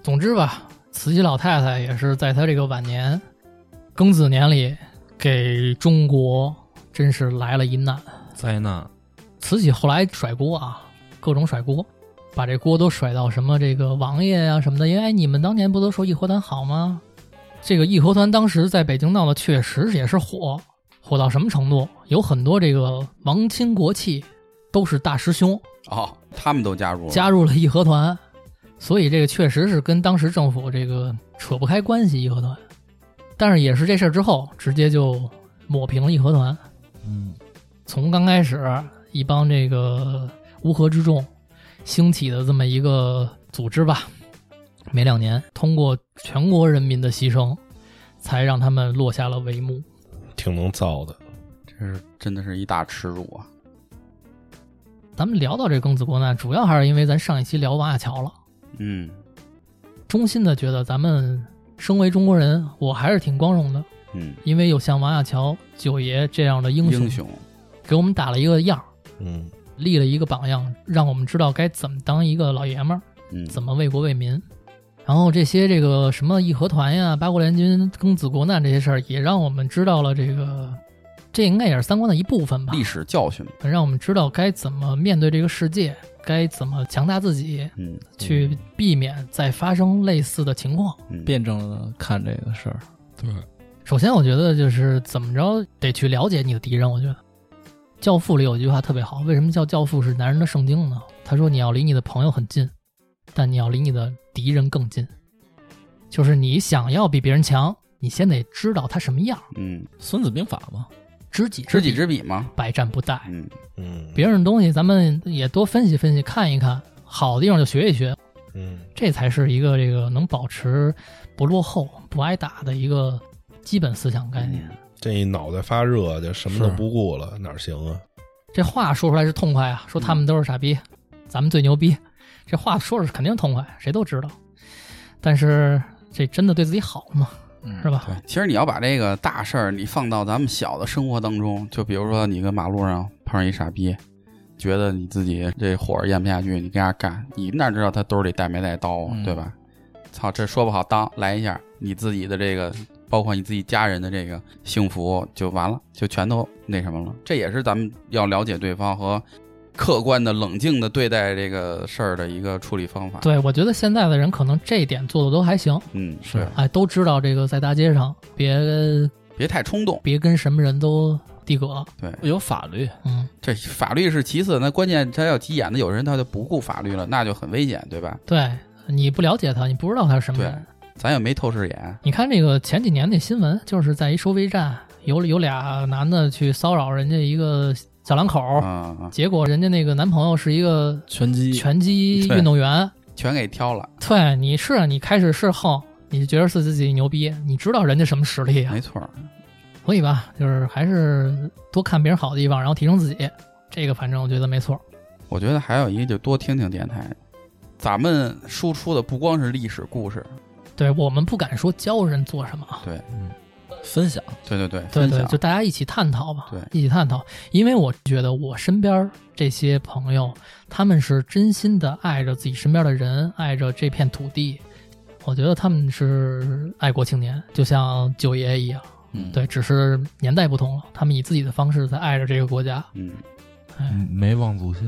总之吧，慈禧老太太也是在她这个晚年庚子年里，给中国真是来了一难。灾难慈禧后来甩锅啊，各种甩锅，把这锅都甩到什么这个王爷啊什么的，因为哎你们当年不都说义和团好吗？这个义和团当时在北京闹的确实也是火，火到什么程度？有很多这个王亲国戚都是大师兄，哦，他们都加入了，加入了义和团，所以这个确实是跟当时政府这个扯不开关系。义和团，但是也是这事儿之后，直接就抹平了义和团。嗯，从刚开始一帮这个乌合之众兴起的这么一个组织吧，没两年，通过全国人民的牺牲，才让他们落下了帷幕。挺能造的。这是真的是一大耻辱啊！咱们聊到这庚子国难，主要还是因为咱上一期聊王亚乔了。嗯，衷心的觉得，咱们身为中国人，我还是挺光荣的，嗯，因为有像王亚乔、九爷这样的英雄，英雄，给我们打了一个样儿，嗯，立了一个榜样，让我们知道该怎么当一个老爷们儿。嗯，怎么为国为民。然后这些这个什么义和团呀、八国联军、庚子国难这些事儿，也让我们知道了这个，这应该也是三观的一部分吧，历史教训？让我们知道该怎么面对这个世界，该怎么强大自己，嗯去避免再发生类似的情况。嗯，辩证了看这个事儿。对，首先，我觉得就是怎么着得去了解你的敌人。我觉得《教父》里有一句话特别好，为什么叫《教父》是男人的圣经呢？他说：“你要离你的朋友很近，但你要离你的敌人更近。”就是你想要比别人强，你先得知道他什么样。嗯，孙子兵法嘛，知己知己彼知彼嘛。百战不殆。嗯，嗯，别人的东西咱们也多分析分析，看一看，好的地方就学一学，嗯，这才是一个这个能保持不落后、不挨打的一个基本思想概念。嗯这一脑袋发热啊就什么都是不顾了，哪儿行啊？这话说出来是痛快啊，说他们都是傻逼，咱们最牛逼，这话说是肯定痛快，谁都知道。但是这真的对自己好吗？是吧？对，其实你要把这个大事儿你放到咱们小的生活当中，就比如说你跟马路上碰上一傻逼，觉得你自己这火儿咽不下去，你跟他干，你哪知道他兜里带没带刀啊，嗯对吧？操，这说不好，当来一下，你自己的这个，包括你自己家人的这个幸福就完了，就全都那什么了。这也是咱们要了解对方和客观的、冷静的对待这个事儿的一个处理方法。，对，我觉得现在的人可能这一点做的都还行，嗯，是哎，都知道这个在大街上别别太冲动。别跟什么人都递葛了，对，有法律，嗯，这法律是其次，那关键他要急眼的，有人他就不顾法律了，那就很危险，对吧？对你不了解他，你不知道他是什么人对。咱也没透视眼，你看这个前几年那新闻，就是在一收费站有有俩男的去骚扰人家一个小两口，嗯，嗯结果人家那个男朋友是一个拳击拳击运动员，全给挑了，对，你是你开始是横，你就觉得是自己牛逼，你知道人家什么实力啊没，错儿，所以吧，就是还是多看别人好的地方，然后提升自己，这个反正我觉得没错。我觉得还有一个就多听听电台，咱们输出的不光是历史故事，对我们不敢说教人做什么啊，分享，对对对，对分对，享就大家一起探讨吧，对一起探讨。因为我觉得我身边这些朋友，他们是真心的爱着自己身边的人，爱着这片土地。我觉得他们是爱国青年，就像九爷一样，嗯，对，只是年代不同了，他们以自己的方式在爱着这个国家。嗯，没忘祖先，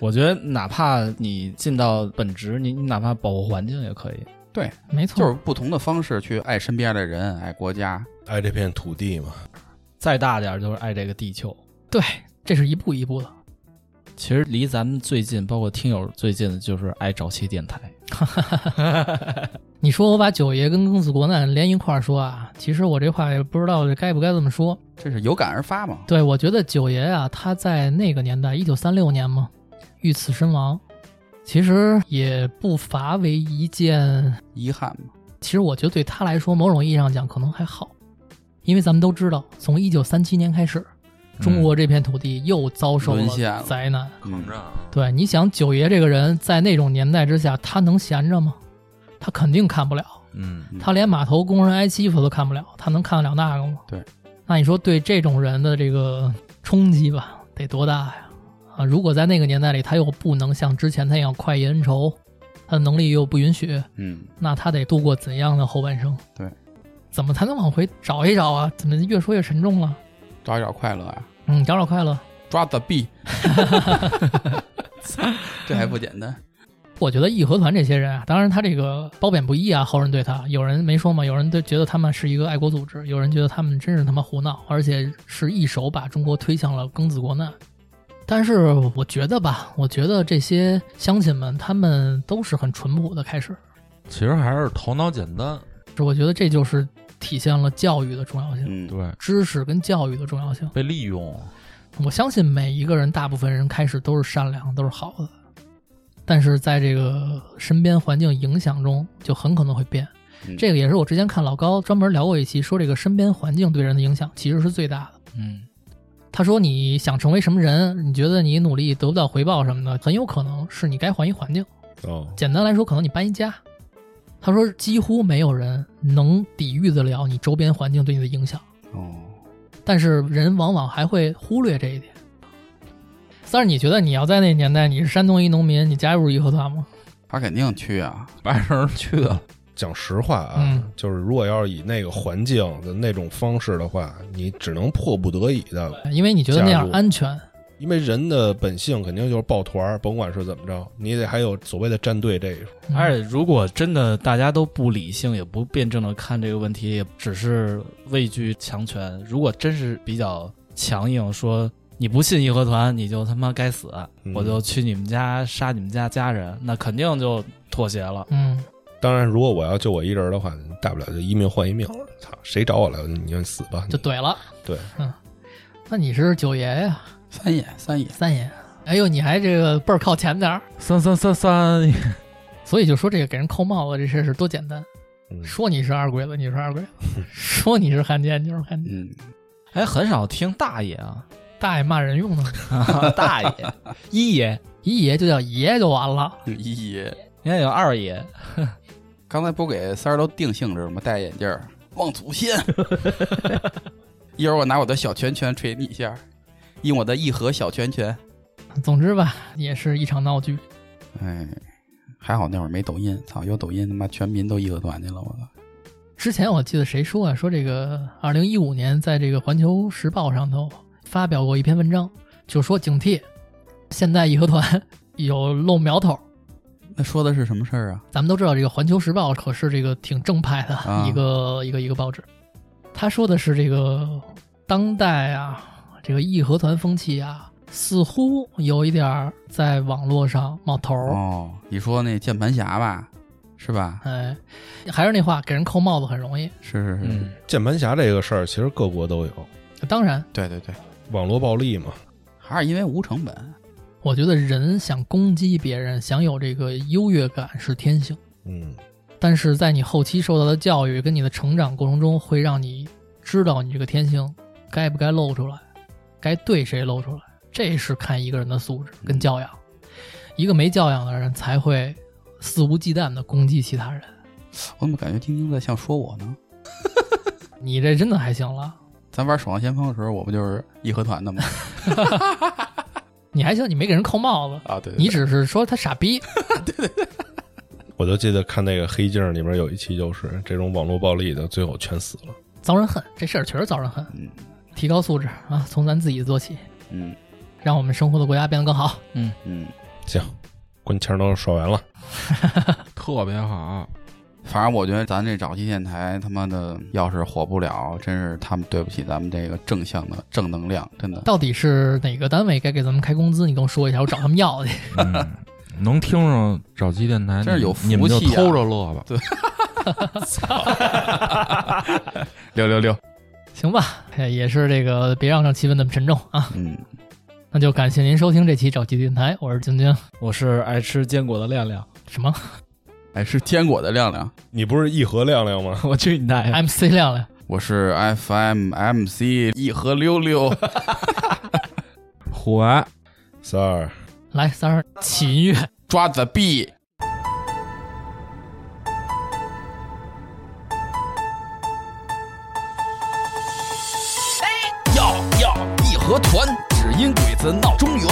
我觉得哪怕你进到本职，你你哪怕保护环境也可以。没就错是，不同的方式去爱身边的人，爱国家。爱这片土地嘛，再大点儿就是爱这个地球。对，这是一步一步的。其实离咱们最近，包括听友最近的就是爱早期电台。你说我把九爷跟庚子国难连一块儿说啊，其实我这话也不知道该不该这么说。这是有感而发嘛？对，我觉得九爷啊，他在那个年代，一九三六年嘛，遇刺身亡，其实也不乏为一件。遗憾嘛。其实我觉得对他来说，某种意义上讲，可能还好，因为咱们都知道，从一九三七年开始，中国这片土地又遭受嗯沦陷了了灾难。嗯抗战啊，对，你想九爷这个人在那种年代之下，他能闲着吗？他肯定看不了，嗯，他连码头工人挨欺负都看不了，他能看得了那个吗？对，那你说对这种人的这个冲击吧，得多大呀？啊，如果在那个年代里，他又不能像之前那样快意恩仇，他的能力又不允许，嗯，那他得度过怎样的后半生？对，怎么才能往回找一找啊？怎么越说越沉重了？找一找快乐啊，嗯，找找快乐。抓的 B，这还不简单？我觉得义和团这些人啊，当然他这个褒贬不一啊，后人对他，有人没说嘛，有人都觉得他们是一个爱国组织，有人觉得他们真是他妈胡闹，而且是一手把中国推向了庚子国难。但是我觉得吧，我觉得这些乡亲们他们都是很淳朴的开始，其实还是头脑简单，我觉得这就是体现了教育的重要性，嗯，对，知识跟教育的重要性。被利用，我相信每一个人，大部分人开始都是善良，都是好的，但是在这个身边环境影响中，就很可能会变。嗯这个也是我之前看老高专门聊过一期，说这个身边环境对人的影响其实是最大的。嗯，他说你想成为什么人，你觉得你努力得不到回报什么的，很有可能是你该换一环境。哦，简单来说，可能你搬一家。他说几乎没有人能抵御得了你周边环境对你的影响。哦，但是人往往还会忽略这一点。三儿，你觉得你要在那年代，你是山东一农民，你加入义和团吗？他肯定去啊，外省人去了，讲实话啊，嗯就是如果要是以那个环境的那种方式的话，你只能迫不得已的，因为你觉得那加样入安全。因为人的本性肯定就是抱团儿，甭管是怎么着，你得还有所谓的站队这一说。嗯而且如果真的大家都不理性，也不辩证的看这个问题，也只是畏惧强权。如果真是比较强硬，说你不信义和团，你就他妈该死，嗯我就去你们家杀你们家家人，那肯定就妥协了。嗯，当然，如果我要就我一人的话，大不了就一命换一命了。操，谁找我来，你就死吧。你就怼了。对，嗯，那你是九爷呀，三爷，三爷，三爷。哎呦，你还这个倍儿靠前点儿，三三三三，所以就说这个给人扣帽子这事儿是多简单。嗯说你是二鬼子，你是二鬼子；说你是汉奸，就是汉奸。嗯，哎，很少听大爷啊， 大爷骂人用的，大爷、一爷，一爷就叫爷就完了。一爷，你看有二爷，哎刚才不给三儿都定性质了吗？戴眼镜儿，望祖先。 一会儿我拿我的小拳拳捶你一下，用我的一盒小拳拳。总之吧，也是一场闹剧。哎，还好那会儿没抖音，操，有抖音他妈全民都义和团去了，我操！之前我记得谁说啊，说这个二零一五年在这个《环球时报》上头发表过一篇文章，就说警惕现代义和团 有露苗头。那说的是什么事儿啊？咱们都知道，这个《环球时报》可是这个挺正派的啊一个、一个一个报纸。他说的是这个当代啊，这个义和团风气啊，似乎有一点儿在网络上冒头儿。哦，你说那键盘侠吧，是吧？哎，还是那话，给人扣帽子很容易。是是是，嗯，键盘侠这个事儿，其实各国都有，当然，对对对，网络暴力嘛。还是因为无成本。我觉得人想攻击别人，想有这个优越感是天性，嗯，但是在你后期受到的教育跟你的成长过程中，会让你知道你这个天性该不该露出来，该对谁露出来，这是看一个人的素质跟教养。嗯一个没教养的人才会肆无忌惮地攻击其他人。我怎么感觉丁丁在像说我呢？你这真的还行了，咱玩《守望先锋》的时候，我不就是义和团的吗？你还行，你没给人扣帽子，啊，对你只是说他傻逼。我就记得看那个《黑镜》里边有一期，就是这种网络暴力的，最后全死了。遭人恨，这事儿确实遭人恨。嗯提高素质啊，从咱自己做起，嗯让我们生活的国家变得更好。嗯，行，关腔都说完了，特别好，反正我觉得咱这早期电台他妈的要是火不了，真是他们对不起咱们这个正向的正能量，真的。到底是哪个单位该给咱们开工资？你跟我说一下，我找他们要去。嗯，能听上找鸡电台，真是有福气啊你们就偷着乐吧。 六六 六，行吧，哎也是这个，别让这气氛那么沉重啊。嗯，那就感谢您收听这期找鸡电台，我是晶晶。我是爱吃坚果的亮亮，什么哎，是坚果的亮亮，你不是一盒亮亮吗？我去你大爷！ MC 亮亮？我是 FM MC 一和溜溜，虎娃，三儿，来三儿起音乐，抓子币。要要义和团，只因鬼子闹中原。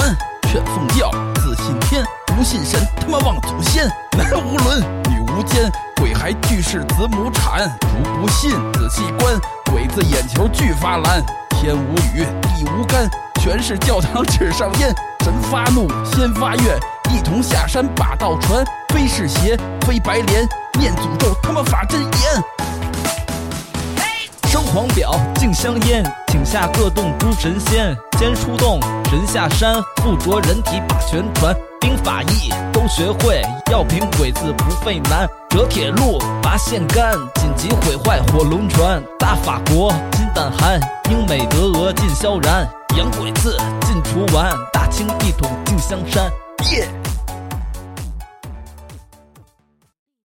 劝奉教，自信天，不信神，他妈忘祖先。 男无伦，女无奸，鬼还俱是子母产。如不信，仔细观，鬼子眼球俱发蓝。天无雨，地无干，全是教堂纸上烟。神发怒，仙发愿，一同下山把道传。非是邪，非白莲，念诅咒，他妈法真言。生黄表，敬香烟，请下各洞诸神仙。先出洞，人下山，附着人体把拳传。兵法艺都学会，要凭鬼子不费难。折铁路，拔线杆，紧急毁坏火龙船。大法国，金胆寒，英美德俄尽萧然。洋鬼子尽除完，大清地统敬香山。耶、